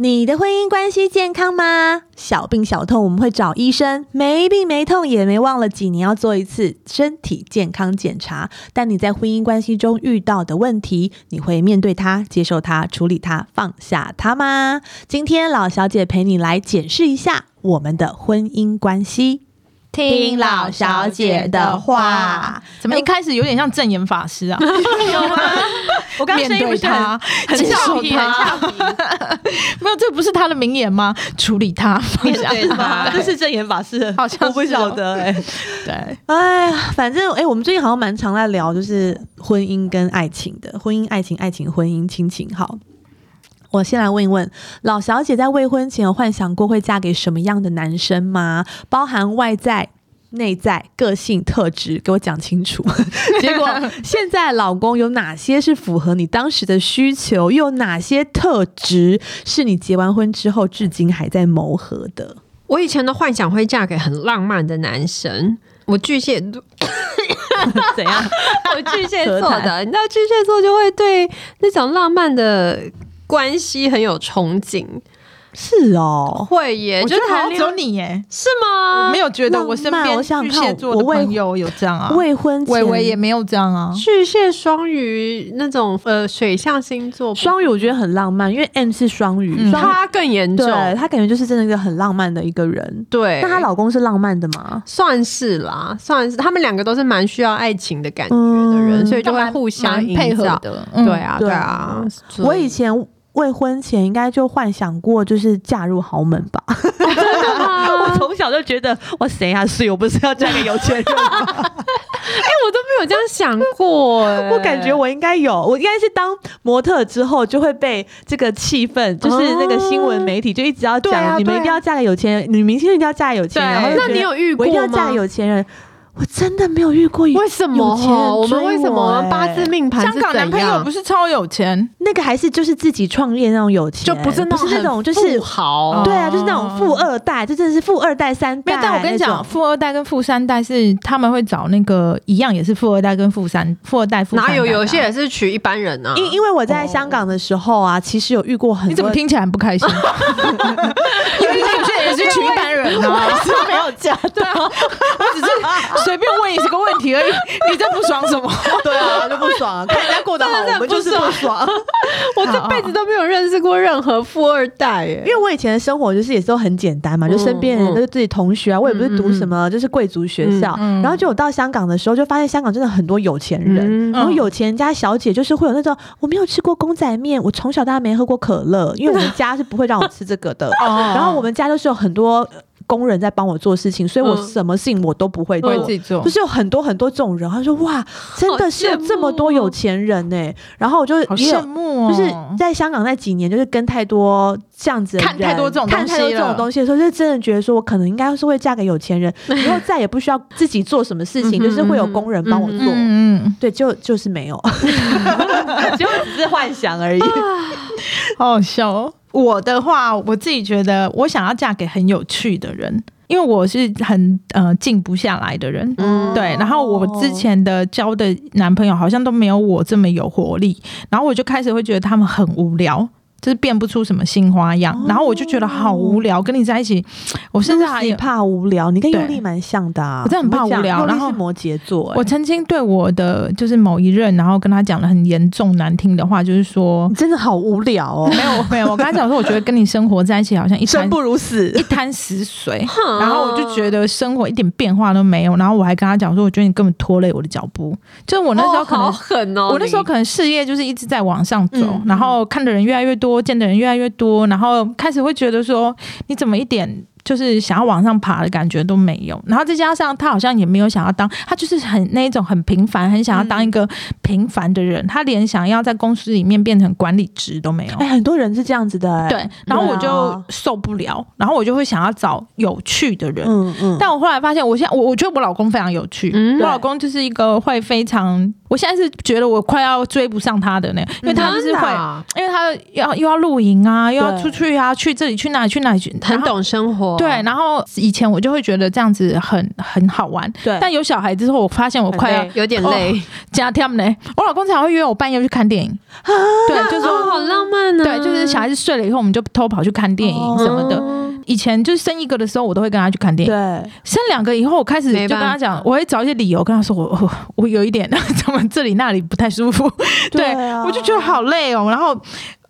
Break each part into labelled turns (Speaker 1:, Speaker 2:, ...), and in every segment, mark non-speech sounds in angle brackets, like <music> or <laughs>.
Speaker 1: 你的婚姻关系健康吗？小病小痛我们会找医生，没病没痛也没忘了几年要做一次身体健康检查。但你在婚姻关系中遇到的问题，你会面对它、接受它、处理它、放下它吗？今天老小姐陪你来检视一下我们的婚姻关系。听老小姐的话
Speaker 2: 怎么一开始有点像正言法师啊？
Speaker 1: <laughs>
Speaker 3: 有吗？
Speaker 2: 我刚刚声音不是很很
Speaker 3: 接
Speaker 2: 俏
Speaker 3: 受
Speaker 2: 皮，很俏
Speaker 3: 他，
Speaker 2: <laughs> 没有，这不是他的名言吗？处理他，放下
Speaker 3: 面对
Speaker 2: 他 <laughs>
Speaker 3: 他，
Speaker 1: <laughs> 这是正言法师，
Speaker 2: 好像是哦
Speaker 1: 我不晓得哎、
Speaker 2: 对，
Speaker 1: 哎呀，反正哎、我们最近好像蛮常在聊，就是婚姻跟爱情的，婚姻、爱情、爱情、婚姻、亲情。好，我先来问一问，老小姐在未婚前有幻想过会嫁给什么样的男生吗？包含外在。内在个性特质，给我讲清楚。 <laughs> 结果现在老公有哪些是符合你当时的需求，又有哪些特质是你结完婚之后至今还在磨合的？
Speaker 3: 我以前的幻想会嫁给很浪漫的男生。我巨蟹，
Speaker 1: 怎样？
Speaker 3: 我巨蟹
Speaker 2: <laughs>
Speaker 3: 座
Speaker 1: 何
Speaker 3: 的，你知道巨蟹座就会对那种浪漫的关系很有憧憬，
Speaker 1: 是哦，
Speaker 3: 会耶，
Speaker 2: 我
Speaker 3: 就
Speaker 2: 觉得好像
Speaker 3: 谈
Speaker 2: 只
Speaker 3: 恋
Speaker 2: 有
Speaker 3: 爱
Speaker 2: 你耶，
Speaker 3: 是吗？
Speaker 2: 没有觉得我身
Speaker 1: 浪漫我
Speaker 2: 边
Speaker 1: 想
Speaker 2: 巨
Speaker 1: 想看
Speaker 2: 蟹座的
Speaker 1: 我未
Speaker 2: 朋友有这样啊，
Speaker 1: 未婚前
Speaker 2: 伟伟也没有这样啊，
Speaker 3: 巨蟹、双鱼那种呃水象星座，
Speaker 1: 双鱼我觉得很浪漫，因为 M 是双鱼，
Speaker 2: 嗯
Speaker 1: 双、
Speaker 3: 他更严重
Speaker 1: 对，她感觉就是真的一个很浪漫的一个人。
Speaker 3: 对，
Speaker 1: 那她老公是浪漫的吗？
Speaker 3: 算是啦，算是他们两个都是蛮需要爱情的感觉的人，
Speaker 1: 嗯
Speaker 3: 所以就会互相
Speaker 2: 蛮
Speaker 3: 营
Speaker 2: 配合
Speaker 3: 造。
Speaker 2: 的，嗯
Speaker 3: 对，啊，
Speaker 1: 对
Speaker 3: 对啊，所以
Speaker 1: 我以前未婚前应该就幻想过，就是嫁入豪门吧。 <laughs>
Speaker 3: 哦真的吗？
Speaker 1: 我从小就觉得，我谁啊？是我不是要嫁给有钱
Speaker 3: <laughs>
Speaker 1: 人吗？
Speaker 3: 哎，我都没有这样想
Speaker 2: <laughs>
Speaker 3: 过、哎
Speaker 1: 我感觉我应该有，我应该是当模特之后就会被这个气氛，就是那个新闻媒体就一直要
Speaker 3: 对
Speaker 1: 讲，
Speaker 3: 啊
Speaker 1: 你们
Speaker 3: 对啊
Speaker 1: 一定要嫁给有钱人，女明星一定要嫁给有钱人。
Speaker 2: 对
Speaker 1: 然后就
Speaker 3: 那
Speaker 1: 觉
Speaker 3: 你
Speaker 1: 得
Speaker 3: 有遇过
Speaker 1: 哎啊我一
Speaker 3: 吗？
Speaker 1: 定要嫁给有钱人。我真的没有遇过有，
Speaker 3: 为什么
Speaker 1: 有钱人追
Speaker 3: 我们为什么
Speaker 1: 我
Speaker 3: 我们八
Speaker 1: 哎
Speaker 3: 字命盘
Speaker 2: 香
Speaker 3: 是
Speaker 2: 港男
Speaker 3: 怎
Speaker 2: 朋友
Speaker 3: 样
Speaker 2: 不？是超有钱，
Speaker 1: 那个还是就是自己创业那种有钱，
Speaker 3: 就不是
Speaker 1: 哎不是那
Speaker 3: 那
Speaker 1: 种
Speaker 3: 很
Speaker 1: 就是
Speaker 3: 富豪
Speaker 2: 哦
Speaker 1: 对啊，就是那种富二代，就真的是富二代三
Speaker 2: 没
Speaker 1: 代
Speaker 2: 有
Speaker 1: 那，种。
Speaker 2: 但我跟你讲，富二代跟富三代是他们会找那个一样，也是富二代跟富三富二代富三代
Speaker 3: 哪
Speaker 2: 的啊
Speaker 3: 有有些也是娶一般人啊？
Speaker 1: 因因为我在香港的时候啊，其实有遇过很多，
Speaker 2: 你怎
Speaker 1: <laughs>
Speaker 2: 么听起来很不开心？ <laughs> 因为有些人也是娶一般人呢、啊，是没有嫁对啊，我只是随便问你这个问题而已，你在不爽什么？
Speaker 1: 对啊，就不 <laughs> 爽，看人家过得好，我们就是不爽。
Speaker 3: 我这辈子都没有认识过任何富二代、哎
Speaker 1: <laughs> 因为我以前的生活就是也是都很简单嘛，就身边的人
Speaker 3: 嗯嗯
Speaker 1: 都是自己同学啊，我也不是读什么就是贵族学校，
Speaker 2: 嗯嗯
Speaker 1: 然后就我到香港的时候就发现香港真的很多有钱人。
Speaker 3: 嗯
Speaker 1: 然后有钱人家小姐就是会有那种，我没有吃过公仔面，我从小到大没喝过可乐，因为
Speaker 2: <laughs>
Speaker 1: 我们家是不会让我吃这个的。然
Speaker 2: 然
Speaker 1: 后我们家就是有很多呃工人在帮我做事情，所以我
Speaker 3: 嗯
Speaker 1: 什么事情我都不会做。
Speaker 2: 会自己做
Speaker 1: 就，是有很多很多这种人，他说哇，真的是有这么多有钱人呢、然后我就
Speaker 2: 哦好
Speaker 1: 也有
Speaker 2: 羡慕哦，
Speaker 1: 就是在香港那几年，就是跟太多这样子的人
Speaker 2: 看太多这种
Speaker 1: 看太多
Speaker 2: 东西
Speaker 1: 这种
Speaker 2: 了
Speaker 1: 东西的时候，就真的觉得说我可能应该是会嫁给有钱
Speaker 2: <laughs>
Speaker 1: 人，以后再也不需要自己做什么事情，
Speaker 3: 嗯哼
Speaker 1: 就是会有工人帮我做。
Speaker 2: 嗯嗯，
Speaker 1: 对，就就是没 <laughs> 有，结果只是幻想而已。
Speaker 2: 好好笑哦。我的话，我自己觉得我想要嫁给很有趣的人，因为我是很呃静不下来的人，
Speaker 3: 嗯
Speaker 2: 对，然后我
Speaker 1: 哦
Speaker 2: 之前的交的男朋友好像都没有我这么有活力，然后我就开始会觉得他们很无聊，就是变不出什么新花样，然后我就觉得好
Speaker 1: 哦
Speaker 2: 无聊，跟你在一起，我甚至还
Speaker 1: 你
Speaker 2: 有。
Speaker 1: 怕无聊，你跟尤
Speaker 2: 对
Speaker 1: 力蛮像的、啊，
Speaker 2: 我真的很
Speaker 1: 怎
Speaker 2: 怕
Speaker 1: 么讲
Speaker 2: 无聊
Speaker 1: 尤力
Speaker 2: 然后
Speaker 1: 是摩羯座、欸，
Speaker 2: 我曾经对我的就是某一任，然后跟他讲了很严重难听的话，就是说
Speaker 1: <laughs> 你真的好无聊哦， <laughs>
Speaker 2: 没有没有，我跟他讲说，我觉得跟你生活在一起好像一滩
Speaker 1: 生不如死
Speaker 2: 一。滩死水，
Speaker 1: <laughs>
Speaker 3: 哼
Speaker 2: 嗯然后我就觉得生活一点变化都没有，然后我还跟他讲说，我觉得你根本拖累我的脚步，就是我那时候
Speaker 3: 哦
Speaker 2: 可能、
Speaker 3: 好狠哦，
Speaker 2: 我那时候可能事业就是一直在往上走，
Speaker 3: 嗯
Speaker 2: 然后看的人越来越多，见的人越来越多，然后开始会觉得说，你怎么一点就是想要往上爬的感觉都没有。然后再加上他好像也没有想要当，他就是很那一种很平凡，很想要
Speaker 1: 嗯
Speaker 2: 当一个平凡的人，他连想要在公司里面变成管理职都没有。
Speaker 1: 哎、很多人是这样子的、哎，
Speaker 2: 对，然后我
Speaker 1: 对啊
Speaker 2: 就受不了，然后我就会想要找有趣的人。
Speaker 1: 嗯嗯，
Speaker 2: 但我后来发现，我现在我我觉得我老公非常有趣，
Speaker 3: 嗯
Speaker 2: 我老公就是一个会非常我现在是觉得我快要追不上他的那个，
Speaker 3: 嗯
Speaker 2: 因为他就是会，
Speaker 3: 啊
Speaker 2: 因为他要又要露营啊，又要
Speaker 1: 啊对
Speaker 2: 出去啊，去这里去那里去那里去，
Speaker 3: 很
Speaker 2: 然后
Speaker 3: 懂生活，
Speaker 2: 对，
Speaker 1: 哦
Speaker 2: 然后以前我就会觉得这样子很很好玩，
Speaker 1: 对
Speaker 2: 但有小孩之后，我发现我
Speaker 1: 很
Speaker 2: 快要
Speaker 1: 累
Speaker 3: 有点累，
Speaker 2: 加天呢。我老公常会约我半夜去看电影，
Speaker 1: 啊
Speaker 2: 对，就是
Speaker 3: 哦，
Speaker 2: 说
Speaker 3: 好浪漫呢。
Speaker 2: 对，就是小孩子睡了以后，我们就偷跑去看电影
Speaker 1: 哦
Speaker 2: 什么的。
Speaker 3: 的，
Speaker 2: 以前就是生一个的时候，我都会跟他去看电影。
Speaker 1: 对，
Speaker 2: 生两个以后，我开始就
Speaker 3: 没
Speaker 2: 跟
Speaker 3: 办法
Speaker 2: 他讲，我会找一些理由跟他说，我我我有一点 <laughs> 怎么这里那里不太舒
Speaker 1: <laughs>
Speaker 2: 服，对
Speaker 1: 啊
Speaker 2: 我就觉得好累哦。然后。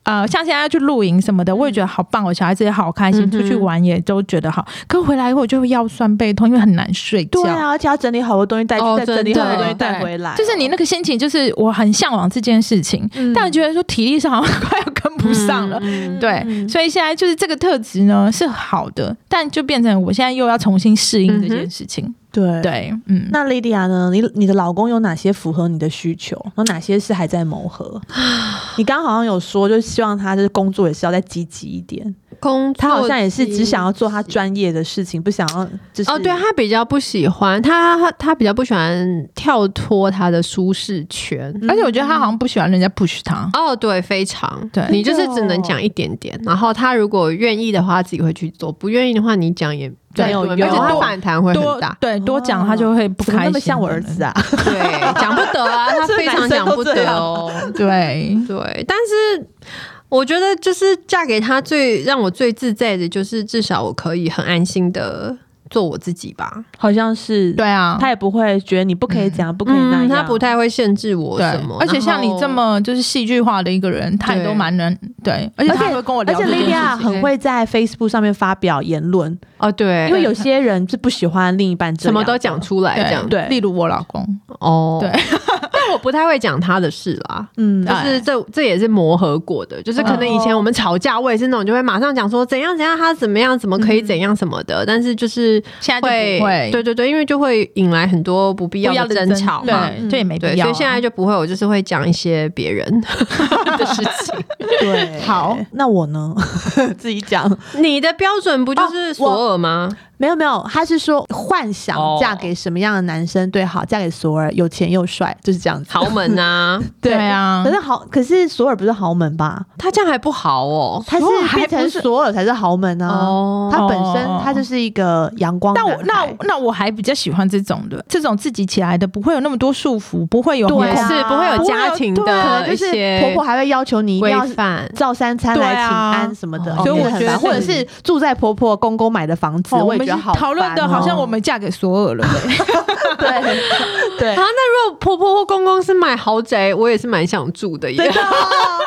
Speaker 2: 呃，像现在要去露营什么的，我也觉得好棒哦，小孩子也好开心，
Speaker 3: 嗯哼
Speaker 2: 出去玩也都觉得好。可回来以后，我就会腰酸背痛，因为很难睡觉。
Speaker 1: 对啊，而且要整理好多东西带去，
Speaker 3: 哦
Speaker 1: 再整理
Speaker 3: 真
Speaker 1: 好
Speaker 3: 的
Speaker 1: 多东西
Speaker 2: 对
Speaker 1: 带回来，哦
Speaker 2: 就是你那个心情，就是我很向往这件事情，
Speaker 1: 嗯，
Speaker 2: 但我觉得说体力上好像快要跟不上了。
Speaker 3: 嗯
Speaker 2: 对，
Speaker 1: 嗯
Speaker 2: 所以现在就是这个特质呢是好的，但就变成我现在又要重新适应这
Speaker 3: 嗯
Speaker 2: 件
Speaker 3: 哼
Speaker 2: 事情。
Speaker 1: 对。
Speaker 2: 对，嗯，
Speaker 1: 那莉迪亚呢？你你的老公有哪些符合你的需求？有哪些是还在磨合？ <gasps> 你刚刚好像有说，就是希望他就是工作也是要再积极一点。
Speaker 3: 工
Speaker 1: 他好像也是只想
Speaker 3: 要。
Speaker 1: 要做他专业的事情，不想要就是
Speaker 3: 哦，对他比较不喜欢他，他比较不喜欢跳脱他的舒适圈。
Speaker 1: 嗯
Speaker 2: 而且我觉得他好像不喜欢人家 push 他。
Speaker 3: 哦，对，非常
Speaker 2: 对
Speaker 3: 你就是只能讲一点点。然后他如果愿意的话，他自己会去做；不愿意的话，你讲也
Speaker 1: 对
Speaker 3: 没有用，
Speaker 1: 有
Speaker 3: 而且他
Speaker 2: 多
Speaker 3: 反弹会
Speaker 2: 多。
Speaker 3: 很大
Speaker 2: 对多讲他就会不
Speaker 1: 怎么
Speaker 2: 开心，
Speaker 1: 那么像我儿子
Speaker 2: <laughs>
Speaker 1: 啊？
Speaker 3: 对，讲不得啊，他非常讲不得哦。
Speaker 2: 可能。对，
Speaker 3: 对，但是我觉得就是嫁给他最让我最自在的，就是至少我可以很安心的做我自己吧。
Speaker 1: 好像是，
Speaker 2: 对 <laughs> 啊，
Speaker 1: 他也不会觉得你不可以讲，不可以那样，
Speaker 3: 嗯，他不太会限制我
Speaker 2: 对
Speaker 3: 什么。，
Speaker 2: 而且像你这
Speaker 3: 然后
Speaker 2: 么就是戏剧化的一个人，他也都
Speaker 3: 对
Speaker 2: 蛮能对，而且他
Speaker 1: 而且
Speaker 2: 还会跟我
Speaker 1: 而
Speaker 2: 聊
Speaker 1: 且
Speaker 2: 这件事情。
Speaker 1: 莉迪亚很会在 Facebook 上面发表言论，
Speaker 3: 哦，对，
Speaker 1: 因为有些人是不喜欢另一半这
Speaker 3: 什
Speaker 1: 样
Speaker 3: 么都讲出来这样。
Speaker 1: 对
Speaker 2: 例如我老公，
Speaker 3: 哦，
Speaker 2: 对，
Speaker 3: <laughs> 但我不太会讲他的事 <laughs> 啦。
Speaker 1: 嗯
Speaker 3: 就
Speaker 2: 啊
Speaker 3: 是这这也是磨合过的，就是可能以前我们吵架，我也是那种就会马上讲说怎样怎样，他怎么样，怎么可以怎样什么的，嗯但是就是
Speaker 2: 现在就
Speaker 3: 会
Speaker 2: 不会
Speaker 3: 对对对，因为就会引来很多不必
Speaker 2: 不
Speaker 3: 要的争吵嘛。
Speaker 2: 对，
Speaker 1: 嗯
Speaker 2: 这也没必
Speaker 3: 对，
Speaker 2: 要啊。
Speaker 3: 所以现在就不会，我就是会讲一些别人 <laughs> 的事情。
Speaker 1: 对。
Speaker 2: 好，
Speaker 1: 那我呢？ <laughs> 自己讲，
Speaker 3: 你的标准不就是索尔吗？
Speaker 1: 没有没有，他是说幻想
Speaker 3: 哦
Speaker 1: 嫁给什么样的男生对好，嫁给索尔，有钱又帅，就是这样子。
Speaker 3: 豪门啊，
Speaker 2: 对啊
Speaker 1: 可，是豪，可是索尔不是豪门吧？
Speaker 3: <laughs> 他这样还不好哦。
Speaker 1: 他是
Speaker 2: 索尔还
Speaker 1: 变成
Speaker 2: 不是
Speaker 1: 索尔才是豪门啊。
Speaker 3: 哦，
Speaker 1: 他本身
Speaker 2: 哦
Speaker 1: 他就是一个阳光
Speaker 2: 但
Speaker 1: 男孩。
Speaker 2: 我那我那我还比较喜欢这种的，这种自己起来的，不会有那么多束缚，不会有
Speaker 1: 对
Speaker 2: 很
Speaker 3: 也
Speaker 2: 恐
Speaker 1: 啊
Speaker 3: 是不会有家庭
Speaker 2: 不会有
Speaker 1: 可
Speaker 3: 的
Speaker 1: 能
Speaker 3: 一
Speaker 1: 就是
Speaker 3: 些
Speaker 1: 婆婆还会要求你一定
Speaker 3: 规
Speaker 1: 要
Speaker 3: 范。
Speaker 1: 照三餐来
Speaker 2: 对
Speaker 1: 请
Speaker 2: 啊
Speaker 1: 安什么的，
Speaker 3: 哦
Speaker 1: 哦
Speaker 3: 所以
Speaker 1: 也
Speaker 3: 我
Speaker 1: 很
Speaker 3: 觉得
Speaker 1: 烦或者
Speaker 2: 这
Speaker 1: 是住在婆婆公公买的房子，
Speaker 2: 哦
Speaker 1: 我
Speaker 2: 我
Speaker 1: 也
Speaker 2: 们
Speaker 1: 觉得好
Speaker 2: 讨论的
Speaker 1: 烦
Speaker 2: 好像
Speaker 1: 哦
Speaker 2: 我们嫁给索尔了， <laughs>
Speaker 1: 对对
Speaker 3: 啊，那如果婆婆或公公是买豪宅，我也是蛮想住的耶
Speaker 1: 真。的哦。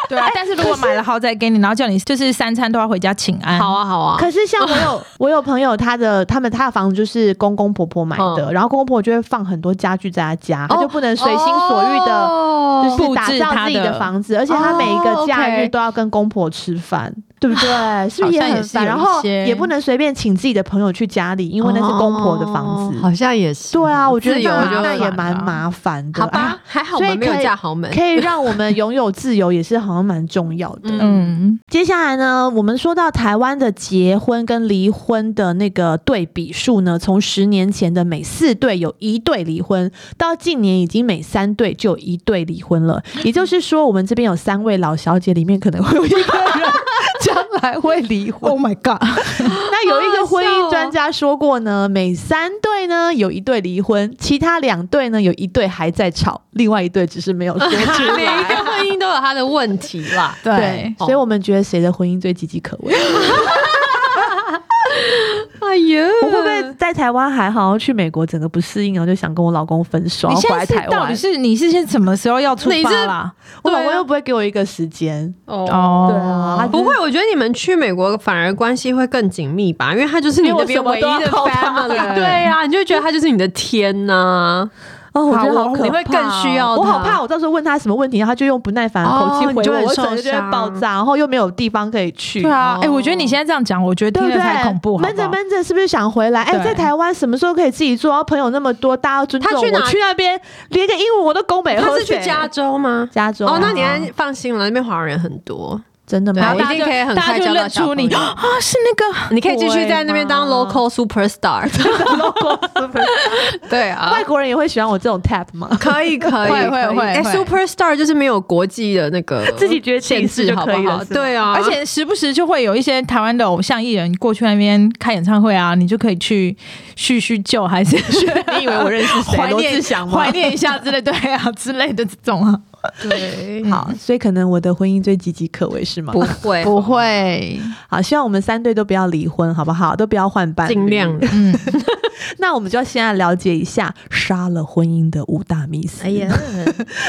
Speaker 2: 对啊。但是如果买了豪宅给你，然后叫你就是三餐都要回家请安，
Speaker 3: 好啊，好啊。
Speaker 1: 可是像我有我有朋友，他的他们他的房子就是公公婆婆买的，
Speaker 3: 嗯
Speaker 1: 然后公公婆婆就会放很多家具在他家，他就不能随心所欲的。
Speaker 3: 哦
Speaker 1: 就是打
Speaker 2: 布置
Speaker 1: 造
Speaker 2: 他
Speaker 1: 自己的
Speaker 2: 的
Speaker 1: 房子，而且他
Speaker 3: 哦
Speaker 1: 每一个假日
Speaker 3: OK
Speaker 1: 都要跟公婆吃饭，对不对？是不是
Speaker 2: 好像也
Speaker 1: 很
Speaker 2: 是有
Speaker 1: 烦？
Speaker 2: 一
Speaker 1: 然后
Speaker 2: 些
Speaker 1: 也不能随便请自己的朋友去家里，因为那是公婆的房
Speaker 3: 哦
Speaker 1: 子。
Speaker 3: 好像也是。
Speaker 1: 对啊，我觉得
Speaker 3: 自由
Speaker 1: 那
Speaker 3: 就
Speaker 1: 那也
Speaker 3: 算
Speaker 1: 蛮
Speaker 2: 了
Speaker 1: 麻烦的。
Speaker 3: 好
Speaker 1: 啊
Speaker 3: 吧，还好我
Speaker 1: 所以
Speaker 3: 们没有
Speaker 1: 可以
Speaker 3: 嫁豪门。
Speaker 1: 可以让我们拥有自由，也是好像蛮重要的。
Speaker 3: 嗯
Speaker 2: 嗯，
Speaker 1: 接下来呢，我们说到台湾的结婚跟离婚的那个对比数呢，从十年前的每四对有一对离婚，到近年已经每三对就有一对离婚了。也就是说，我们这边有三位老小姐，里面可能会有一个人将来会离婚。
Speaker 2: Oh my god，
Speaker 1: 那有一个婚姻专家说过呢，每三对呢有一对离婚，其他两对呢有一对还在吵，另外一对只是没有说出
Speaker 3: 每 <laughs> 一
Speaker 1: 来。
Speaker 3: 个婚姻都有他的问题啦。
Speaker 2: 对，
Speaker 1: 所以我们觉得谁的婚姻最岌岌可危？
Speaker 3: <laughs> 哎呀，
Speaker 1: 我会不会在台湾还好，去美国整个不适应，然后就想跟我老公分手，
Speaker 2: 你
Speaker 1: 然后
Speaker 2: 现
Speaker 1: 回
Speaker 2: 在
Speaker 1: 来台
Speaker 2: 是到
Speaker 1: 湾
Speaker 2: 底？是你是现在什么时候要出
Speaker 3: 你
Speaker 2: 发
Speaker 3: 是
Speaker 2: 啦？
Speaker 1: 我
Speaker 3: 对啊
Speaker 1: 老公又不会给我一个时间，
Speaker 3: 哦？
Speaker 2: 哦，
Speaker 1: 对啊他
Speaker 3: 不会，我觉得你们去美国反而关系会更紧密吧，因为他就是你
Speaker 1: 因为我
Speaker 3: 那边
Speaker 1: 什么
Speaker 3: 唯一
Speaker 1: 都要
Speaker 3: 的
Speaker 1: 靠他
Speaker 3: family。对啊，你就觉得他就是你的天呐、
Speaker 1: 哦，我觉得
Speaker 2: 好
Speaker 1: 好可怕，
Speaker 2: 我
Speaker 3: 你会更需要
Speaker 1: 我好
Speaker 3: 他
Speaker 1: 怕，我到时候问他什么问题，然后他就用不耐烦的口气回
Speaker 3: 哦你就
Speaker 1: 我，
Speaker 3: 很
Speaker 1: 我
Speaker 3: 受
Speaker 1: 整个就会
Speaker 3: 伤
Speaker 1: 爆炸，然后又没有地方可以去。
Speaker 2: 对啊，哎、
Speaker 3: 哦
Speaker 2: 我觉得你现在这样讲，我觉得
Speaker 1: 对
Speaker 2: 听
Speaker 1: 不
Speaker 2: 着
Speaker 1: 对？
Speaker 2: 太恐怖，好不好
Speaker 1: 闷着闷着，是不是想回来？哎，
Speaker 2: 对
Speaker 1: 在台湾什么时候可以自己做？然后朋友那么多，大家要尊重
Speaker 3: 他去
Speaker 1: 我。
Speaker 3: 哪
Speaker 1: 去那边连个英文我都攻没喝
Speaker 3: 他
Speaker 1: 水。
Speaker 3: 是去加州吗？
Speaker 1: 加州啊 <laughs>
Speaker 3: 哦，那你安放心了，那边华人很多。
Speaker 1: 真的
Speaker 3: 对
Speaker 1: 吗
Speaker 3: 我
Speaker 2: 然？后
Speaker 3: 一
Speaker 2: 大家
Speaker 3: 定
Speaker 2: 就
Speaker 3: 可以很
Speaker 2: 大家
Speaker 3: 快
Speaker 2: 就
Speaker 3: 交到
Speaker 2: 认
Speaker 3: 小
Speaker 2: 出你
Speaker 3: 朋友
Speaker 2: 啊，是那个
Speaker 3: 你可以继续在那边当
Speaker 1: 不会吗
Speaker 3: local superstar。对 <laughs>
Speaker 1: <laughs>
Speaker 3: 啊
Speaker 1: 外，国人也会喜欢我这种 tap 吗？
Speaker 3: 可以可以
Speaker 2: 会会
Speaker 3: 可以
Speaker 2: 会
Speaker 3: 哎
Speaker 2: 会
Speaker 3: ，superstar 就是没有国际的那个
Speaker 1: 自己觉得自己
Speaker 3: 限
Speaker 1: 是
Speaker 3: 制，
Speaker 1: 就
Speaker 3: 好不
Speaker 1: 可以了
Speaker 3: 好？
Speaker 1: 是吗
Speaker 3: 对啊，
Speaker 2: 而且时不时就会有一些台湾的偶像艺人过去那边开演唱会啊，你就可以去叙叙旧，还 <laughs> 是
Speaker 1: <laughs> 你以为我认识谁？
Speaker 2: 怀
Speaker 1: 罗
Speaker 2: 念
Speaker 1: 志祥吗？
Speaker 2: 怀念一下之类，对啊之类的这种啊，
Speaker 3: 对，
Speaker 1: 好，所以可能我的婚姻最岌岌可危是吗？
Speaker 3: 不会
Speaker 2: 不会，
Speaker 1: 好，希望我们三对都不要离婚，好不好？都不要换伴侣，
Speaker 3: 尽量的。
Speaker 2: 嗯，
Speaker 1: 那我们就要先来了解一下杀了婚姻的五大迷思，
Speaker 3: 哎呀，
Speaker 1: <laughs>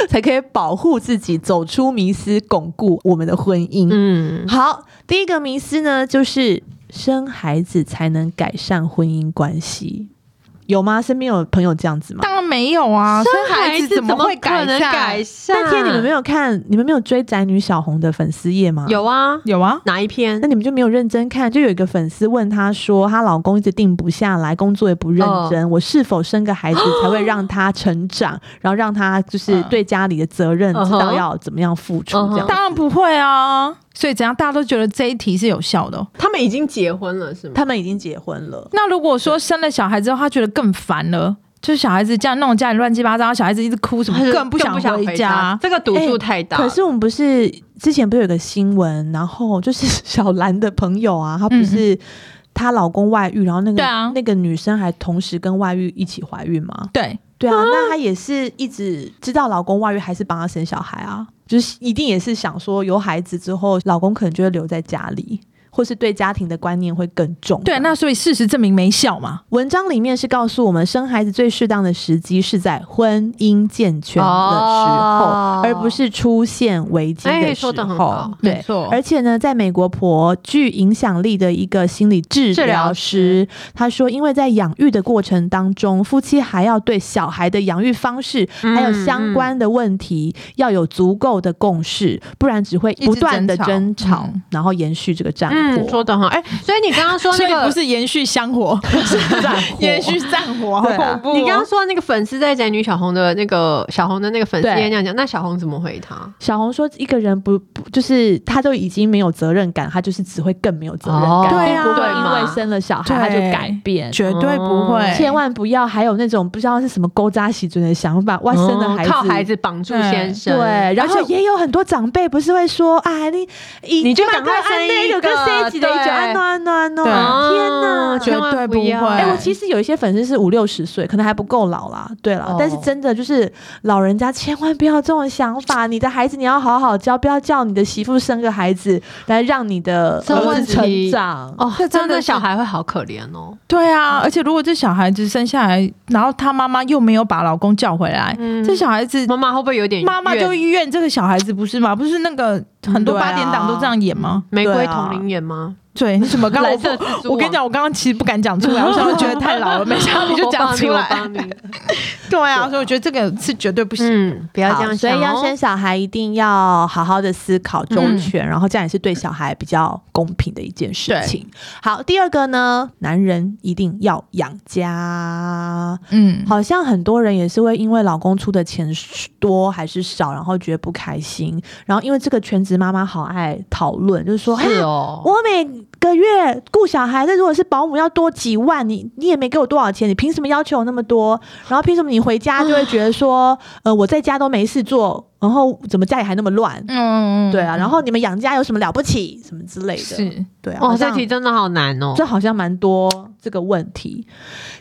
Speaker 1: 才可以保护自己，走出迷思，巩固我们的婚姻。
Speaker 3: <laughs> 嗯，
Speaker 1: 好，第一个迷思呢，就是生孩子才能改善婚姻关系，有吗？身边有朋友这样子吗？
Speaker 2: 当然没有啊，生孩
Speaker 3: 子
Speaker 2: 怎么会
Speaker 3: 可能改
Speaker 2: 改善？
Speaker 3: 善？
Speaker 1: 那天你们没有看，你们没有追宅女小红的粉丝页吗？。
Speaker 3: 有啊？
Speaker 2: 有啊，
Speaker 3: 哪一篇
Speaker 1: 那？你们就没有认真看，就有一个粉丝问她说，她老公一直定不下来，工作也不认
Speaker 3: 哦
Speaker 1: 真，我是否生个孩子才会让他成长，然后让他就是
Speaker 2: 嗯
Speaker 1: 对家里的责任
Speaker 3: 嗯
Speaker 1: 知
Speaker 3: 哼
Speaker 1: 道要怎么样付出这
Speaker 3: 嗯
Speaker 1: 样
Speaker 3: 哼
Speaker 1: 子。
Speaker 2: 当然不会啊，所以怎样大家都觉得这一题是有效的哦、
Speaker 3: 他们已经结婚了是吗？
Speaker 1: 他们已经结婚了，
Speaker 2: 那如果说生了小孩之后，他觉得更烦了，就是小孩子这样弄家里乱七八糟，小孩子一直哭什么，更不想
Speaker 3: 回
Speaker 2: 回家。
Speaker 3: 这个赌注太大了。
Speaker 1: 可是我们不是之前不是有个新闻，然后就是 <laughs> 小兰的朋友啊，她不是她老公外遇，然后那个、
Speaker 2: 嗯对啊
Speaker 1: 那个女生还同时跟外遇一起怀孕吗？
Speaker 2: 对，
Speaker 1: 对啊，那她也是一直知道老公外遇，还是帮她生小孩啊？就是一定也是想说，有孩子之后，老公可能就会留在家里，或是对家庭的观念会更重。
Speaker 2: 对，那所以事实证明没效嘛。
Speaker 1: 文章里面是告诉我们，生孩子最适当的时机是在婚姻健全的时候，
Speaker 3: 哦
Speaker 1: 而不是出现危机
Speaker 3: 哎，
Speaker 1: 的时
Speaker 3: 说
Speaker 1: 候。
Speaker 3: 的很好，
Speaker 2: 对
Speaker 3: 没错
Speaker 1: 而且呢，在美国婆具影响力的一个心理治
Speaker 3: 治
Speaker 1: 疗
Speaker 3: 疗
Speaker 1: 师
Speaker 3: 师，
Speaker 1: 他说，因为在养育的过程当中，夫妻还要对小孩的养育方式、
Speaker 3: 嗯
Speaker 1: 还有相关的问题要有足够的共识，不然只会
Speaker 2: 一直
Speaker 1: 不断的
Speaker 2: 争吵
Speaker 1: 争吵，
Speaker 2: 嗯
Speaker 1: 然后延续这个战
Speaker 3: 嗯，
Speaker 1: 火。
Speaker 3: 说的很好。哎， <laughs> 所以你刚刚说
Speaker 2: 所
Speaker 3: 那
Speaker 2: 以
Speaker 3: 个
Speaker 2: 不是延续香火，是
Speaker 1: <laughs> 战火
Speaker 2: <laughs> 延续战 <laughs> 火，好
Speaker 1: 对啊
Speaker 2: 恐怖哦、
Speaker 3: 你刚刚说那个粉丝在讲女小红的那个小红的那个粉丝
Speaker 1: 对
Speaker 3: 也那样讲，那小红怎么回他？
Speaker 1: 小红说：“一个人不不就是他都已经没有责任感，他就是只会更没有责任
Speaker 3: 哦
Speaker 1: 感，
Speaker 2: 对啊
Speaker 1: 并不会因
Speaker 3: 对
Speaker 1: 为
Speaker 3: 嘛
Speaker 1: 生了小孩他就
Speaker 2: 对
Speaker 1: 改变。”
Speaker 2: 绝对不
Speaker 3: 哦
Speaker 2: 会，
Speaker 1: 千万不要还有那种不知道是什么勾扎喜准的想法，哇，生的孩子，
Speaker 2: 嗯
Speaker 3: 哦靠孩子绑住先生，
Speaker 1: 对，然后也有很多长辈不是会说啊，你
Speaker 3: 你就
Speaker 1: 一
Speaker 3: 赶快
Speaker 1: 个按
Speaker 3: 生
Speaker 1: 那
Speaker 3: 一
Speaker 1: 个跟
Speaker 3: 个
Speaker 1: 生一级的，一
Speaker 3: 对
Speaker 1: 九安诺安诺安诺，
Speaker 2: 对
Speaker 1: 啊天
Speaker 3: 哦
Speaker 1: 哪！
Speaker 2: 绝对不会
Speaker 3: 千万
Speaker 1: 哎、
Speaker 3: 要
Speaker 1: 我其实有一些粉丝是五六十岁，可能还不够老啦，对啦，
Speaker 3: 哦
Speaker 1: 但是真的就是老人家千万不要这种想法，你的孩子你要好好教，不要叫你的媳妇生个孩子来让你的
Speaker 3: 这
Speaker 1: 儿
Speaker 3: 问
Speaker 1: 子
Speaker 3: 题
Speaker 1: 成长。
Speaker 3: 哦，
Speaker 2: 这真
Speaker 3: 真
Speaker 2: 的
Speaker 3: 的
Speaker 2: 是
Speaker 3: 小孩会好可怜哦。
Speaker 2: 对啊，而且如果这小孩子生下来，然后他妈妈又没有把老公叫回来，
Speaker 3: 嗯
Speaker 2: 这小孩子
Speaker 3: 妈妈会不会有点
Speaker 2: 妈妈
Speaker 3: 怨
Speaker 2: 就怨这个小孩子不是吗？不是那个很多
Speaker 1: 对啊
Speaker 2: 八点档都这样演吗？
Speaker 3: 玫
Speaker 1: 对
Speaker 3: 瑰
Speaker 1: 啊
Speaker 3: 同龄眼吗？
Speaker 2: 对，你怎么刚
Speaker 3: 蓝
Speaker 2: 我
Speaker 3: 色蜘蛛
Speaker 2: 我跟你讲，我刚刚其实不敢讲出来，我想我觉得太老 <laughs> 了，没想到
Speaker 3: 网，
Speaker 2: 你就讲出
Speaker 3: <laughs> 我帮
Speaker 2: 来。
Speaker 3: 你我帮你
Speaker 2: 对啊，所以我觉得这个是绝对不行。
Speaker 3: <laughs> 嗯，不要
Speaker 1: 好
Speaker 3: 这样
Speaker 1: 所以
Speaker 3: 想
Speaker 1: 要
Speaker 3: 哦。
Speaker 1: 生小孩一定要好好的思考周
Speaker 3: 嗯
Speaker 1: 全，然后这样也是对小孩比较公平的一件事情。好，第二个呢，男人一定要养家。
Speaker 2: 嗯，
Speaker 1: 好像很多人也是会因为老公出的钱多还是少，然后觉得不开心，然后因为这个全职妈妈好爱讨论，就是说，
Speaker 3: 是
Speaker 1: 哎
Speaker 3: 哦，
Speaker 1: 我每个月雇小孩，那如果是保姆要多几万，你你也没给我多少钱，你凭什么要求我那么多？然后凭什么你回家就会觉得说，呃，我在家都没事做，然后怎么家里还那么乱？
Speaker 2: 嗯，
Speaker 1: 对啊，然后你们养家有什么了不起？什么之类的？
Speaker 2: 是
Speaker 1: 对啊，好
Speaker 3: 哦，
Speaker 1: 像
Speaker 3: 这题真的好难哦。
Speaker 1: 这好像蛮多这个问题，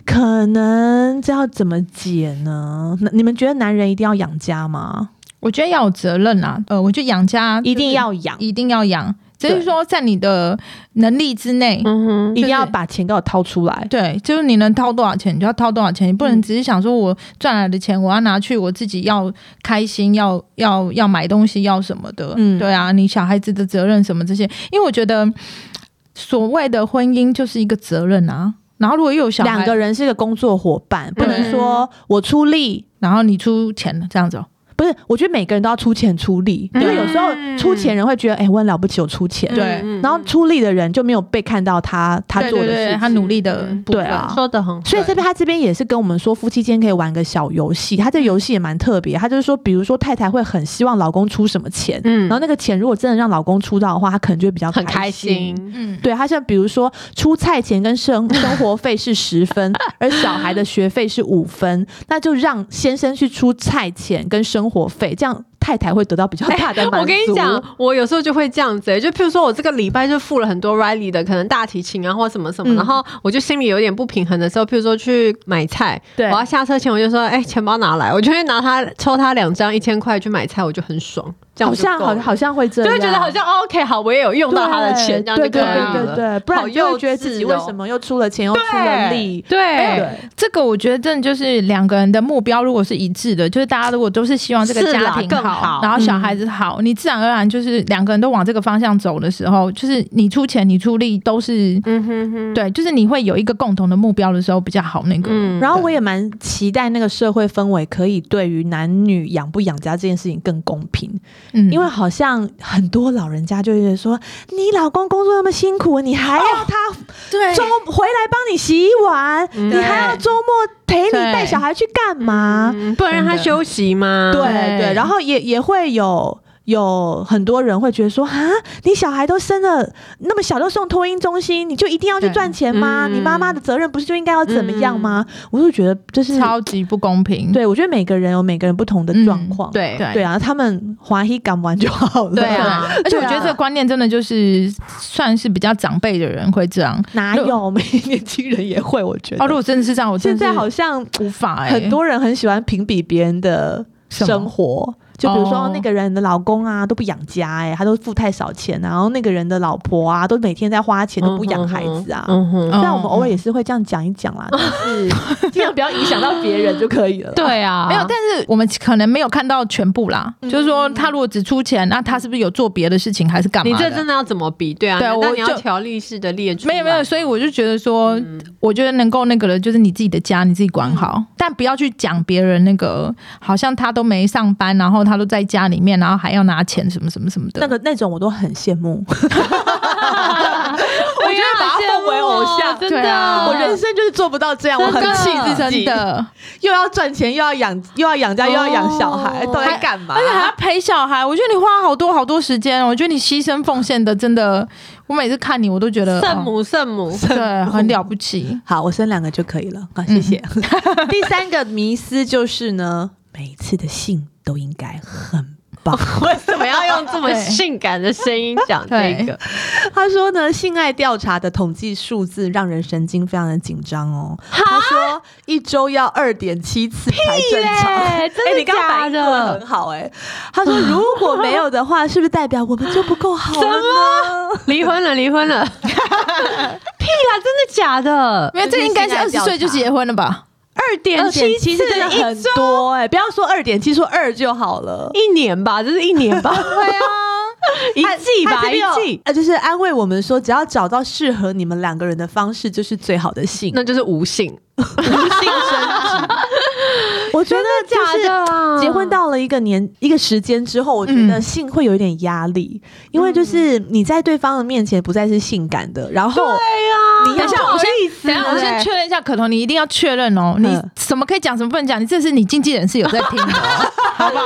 Speaker 1: 可能这要怎么解呢？那你们觉得男人一定要养家吗？
Speaker 2: 我觉得要有责任啊。呃，我觉得养家就是
Speaker 1: 一定要养，
Speaker 2: 一定要养，只是
Speaker 1: 对
Speaker 2: 说在你的能力之内。
Speaker 3: 嗯哼，
Speaker 1: 一定要
Speaker 2: 就是
Speaker 1: 把钱给我掏出来。
Speaker 2: 对，就是你能掏多少钱，你就要掏多少钱，你不能只是想说我赚来的钱我要拿去我自己要开心，要要要买东西，要什么的。
Speaker 1: 嗯
Speaker 2: 嗯，对啊，你小孩子的责任什么这些，因为我觉得所谓的婚姻就是一个责任啊。然后如果又有小孩，
Speaker 1: 两嗯个人是一个工作伙伴，不能
Speaker 3: 对
Speaker 1: 说我出力，
Speaker 2: 然后你出钱了这样子、哦，
Speaker 1: 不是，我觉得每个人都要出钱出力，因为有时候出钱人会觉得，哎、我很了不起，我出钱，
Speaker 2: 对
Speaker 3: 嗯
Speaker 1: 然后出力的人就没有被看到他他
Speaker 2: 对
Speaker 1: 做
Speaker 2: 对
Speaker 1: 的事
Speaker 2: 对，他努力的
Speaker 3: 嗯
Speaker 2: 部分
Speaker 1: 对啊
Speaker 3: 说的很好，
Speaker 1: 所以这边他这边也是跟我们说，夫妻间可以玩个小游戏。他这个游戏也蛮特别，他就是说，比如说太太会很希望老公出什么钱，
Speaker 3: 嗯
Speaker 1: 然后那个钱如果真的让老公出到的话，他可能就会比较
Speaker 3: 很
Speaker 1: 开
Speaker 3: 开
Speaker 1: 心。
Speaker 3: 心，
Speaker 2: 嗯，
Speaker 1: 对他像比如说出菜钱跟生 <laughs> 生活费是十分，而小孩的学费是五分，那就让先生去出菜钱跟生活费，这样太太会得到比较大的满足。
Speaker 3: <laughs> 我跟你讲，，我有时候就会这样子、欸，就譬如说我这个礼拜就付了很多 Riley 的可能大提琴啊或什么什么，
Speaker 1: 嗯
Speaker 3: 然后我就心里有点不平衡的时候，譬如说去买菜，
Speaker 1: 对
Speaker 3: 我要下车前我就说，哎、钱包拿来，我就会拿他抽他两张一千块去买菜，我就很爽，这
Speaker 1: 好
Speaker 3: 样我就够
Speaker 1: 像好
Speaker 3: 了
Speaker 1: 好像会这
Speaker 3: 就
Speaker 1: 样，
Speaker 3: 会觉得好像、哦 OK 好，我也有用到他的钱，这样就
Speaker 1: 对
Speaker 3: 可
Speaker 1: 对对
Speaker 3: 以
Speaker 1: 对
Speaker 3: 了。
Speaker 1: 对对，不
Speaker 3: 好
Speaker 1: 然就
Speaker 3: 幼哦
Speaker 1: 会觉得自己为什么又出了钱又出了力。
Speaker 3: 对，哎
Speaker 1: 对，
Speaker 2: 这个我觉得真的就是两个人的目标，如果是一致的，就是大家如果都是希望这个
Speaker 3: 是啦
Speaker 2: 家庭
Speaker 3: 更好
Speaker 2: 然后小孩子好，
Speaker 1: 嗯
Speaker 2: 你自然而然就是两个人都往这个方向走的时候，就是你出钱你出力都是，
Speaker 3: 嗯哼哼，
Speaker 2: 对，就是你会有一个共同的目标的时候比较好那个。
Speaker 3: 嗯，
Speaker 1: 然
Speaker 3: 后
Speaker 1: 后我也蛮期待那个社会氛围可以对于男女养不养家这件事情更公平，
Speaker 2: 嗯
Speaker 1: 因为好像很多老人家就会觉得说，你老公工作那么辛苦，你还
Speaker 3: 哦
Speaker 1: 要他
Speaker 2: 对
Speaker 1: 周回来帮你洗碗，
Speaker 3: 嗯
Speaker 1: 你还要周末陪你
Speaker 2: 对
Speaker 1: 带小孩去干嘛？
Speaker 3: 不能让他休息吗？
Speaker 1: 对
Speaker 2: 对
Speaker 1: 对，然后也也会有。有很多人会觉得说啊，你小孩都生了那么小就送托婴中心，你就一定要去
Speaker 2: 对嗯
Speaker 1: 赚钱吗？
Speaker 3: 嗯
Speaker 1: 你妈妈的责任不是就应该要怎么样吗？我就觉得这是
Speaker 2: 超级不公平。嗯
Speaker 1: 对，我觉得每个人有每个人不同的状况，
Speaker 3: 对
Speaker 2: 对
Speaker 1: 对啊，他们华裔敢玩就好了，
Speaker 3: 对啊，
Speaker 2: 而且我觉得
Speaker 1: 对啊
Speaker 2: 这个观念真的就是算是比较长辈的人会这样。
Speaker 1: <laughs> 哪有我们年轻人也会？我觉
Speaker 2: 哦，如
Speaker 1: 得
Speaker 2: 果真的是这样，我
Speaker 1: 现
Speaker 2: 真的
Speaker 1: 在
Speaker 2: 是
Speaker 1: 好像
Speaker 2: 无法、欸、
Speaker 1: 很多人很喜欢评比别人的
Speaker 2: 什么
Speaker 1: 生活。就比如说
Speaker 2: 哦
Speaker 1: 那个人的老公啊都不养家哎、他都付太少钱，然后那个人的老婆啊都每天在花钱都不养孩子啊。
Speaker 3: 嗯哼，
Speaker 1: 虽然我们偶尔也是会这样讲一讲 <laughs> 啦，但是尽量不要影响到别人就可以了。
Speaker 3: 对啊，
Speaker 2: 没有，但是我们可能没有看到全部啦。
Speaker 1: 嗯
Speaker 2: 就是说，他如果只出钱，那他是不是有做别的事情，还是干嘛
Speaker 3: 你
Speaker 2: 的？
Speaker 3: 这真的啊要怎么比？对啊，
Speaker 2: 对
Speaker 3: 那
Speaker 2: 我
Speaker 3: 你要
Speaker 2: 就
Speaker 3: 条例式的列出来，
Speaker 2: 没有没有，所以我就觉得说，
Speaker 3: 嗯
Speaker 2: 我觉得能够那个的，就是你自己的家你自己管好，但不要去讲别人那个，好像他都没上班，然后他都在家里面，然后还要拿钱什么什么什么的。
Speaker 1: 那个那种我都很羡慕，
Speaker 3: 我觉得
Speaker 1: 把他奉为偶像
Speaker 3: 真
Speaker 2: 对啊
Speaker 3: 的，
Speaker 1: 我人生就是做不到这样，我很
Speaker 2: 真的
Speaker 1: 气自己
Speaker 2: 真。的，
Speaker 1: <laughs> 又要赚钱，又要养，又要养家，又要养小孩，
Speaker 3: 哦
Speaker 1: 到底在干嘛
Speaker 2: 而？且还要啊陪小孩，我觉得你花好多好多时间，我觉得你牺牲奉献的真的，我每次看你我都觉得
Speaker 3: 圣
Speaker 2: 哦
Speaker 3: 母圣母，
Speaker 2: 对，很了不
Speaker 3: <laughs>
Speaker 2: 起。
Speaker 1: 好，我生两个就可以了。好，谢谢。 <laughs> 第三个迷思就是呢，每一次的性都应该很棒。
Speaker 3: 为什么要用这么
Speaker 2: 对
Speaker 3: 性感的声音讲这
Speaker 2: 对
Speaker 3: 个？
Speaker 1: 他说呢，性爱调查的统计数字让人神经非常的紧张哦。他说一周要二点七次才正常。
Speaker 3: 耶真
Speaker 1: <laughs>
Speaker 3: 的
Speaker 1: 哎你刚刚反应
Speaker 3: 假
Speaker 1: 做
Speaker 3: 的
Speaker 1: 得很好哎、他说如果没有的话，是不是代表我们就不够好了呢？
Speaker 3: 离婚了，离婚了，屁啦，真的假的？
Speaker 2: 没有，这个应该是二十岁就结婚了吧？
Speaker 3: 二点
Speaker 1: 二
Speaker 3: 七
Speaker 1: 点七
Speaker 3: 次
Speaker 1: 真的
Speaker 3: 一
Speaker 1: 很多哎、不要说二点七，说二就好了。
Speaker 3: 一年吧，这是一年吧，
Speaker 1: 对啊，
Speaker 3: <laughs> 一季吧，一季，
Speaker 1: 呃，就是安慰我们说，只要找到适合你们两个人的方式，就是最好的性
Speaker 3: 那就是无 <laughs> 性，
Speaker 1: 无性生殖。
Speaker 2: <laughs>
Speaker 1: 我觉得就是
Speaker 3: 啊
Speaker 1: 结婚到了一个年一个时间之后，我觉得
Speaker 2: 嗯
Speaker 1: 性会有一点压力，因为就是你在对方的面前不再是性感的，然后你
Speaker 2: 嗯 <laughs> 等
Speaker 1: 要
Speaker 2: 一下，我先等一下，
Speaker 1: 对
Speaker 2: 我
Speaker 1: 不
Speaker 2: 先
Speaker 1: 对
Speaker 2: 确认一下，可彤，你一定要确认哦，
Speaker 1: 嗯
Speaker 2: 你什么可以讲，什么不能讲，你这是你经纪人是有在听
Speaker 1: <laughs>
Speaker 2: 的哦，好不好？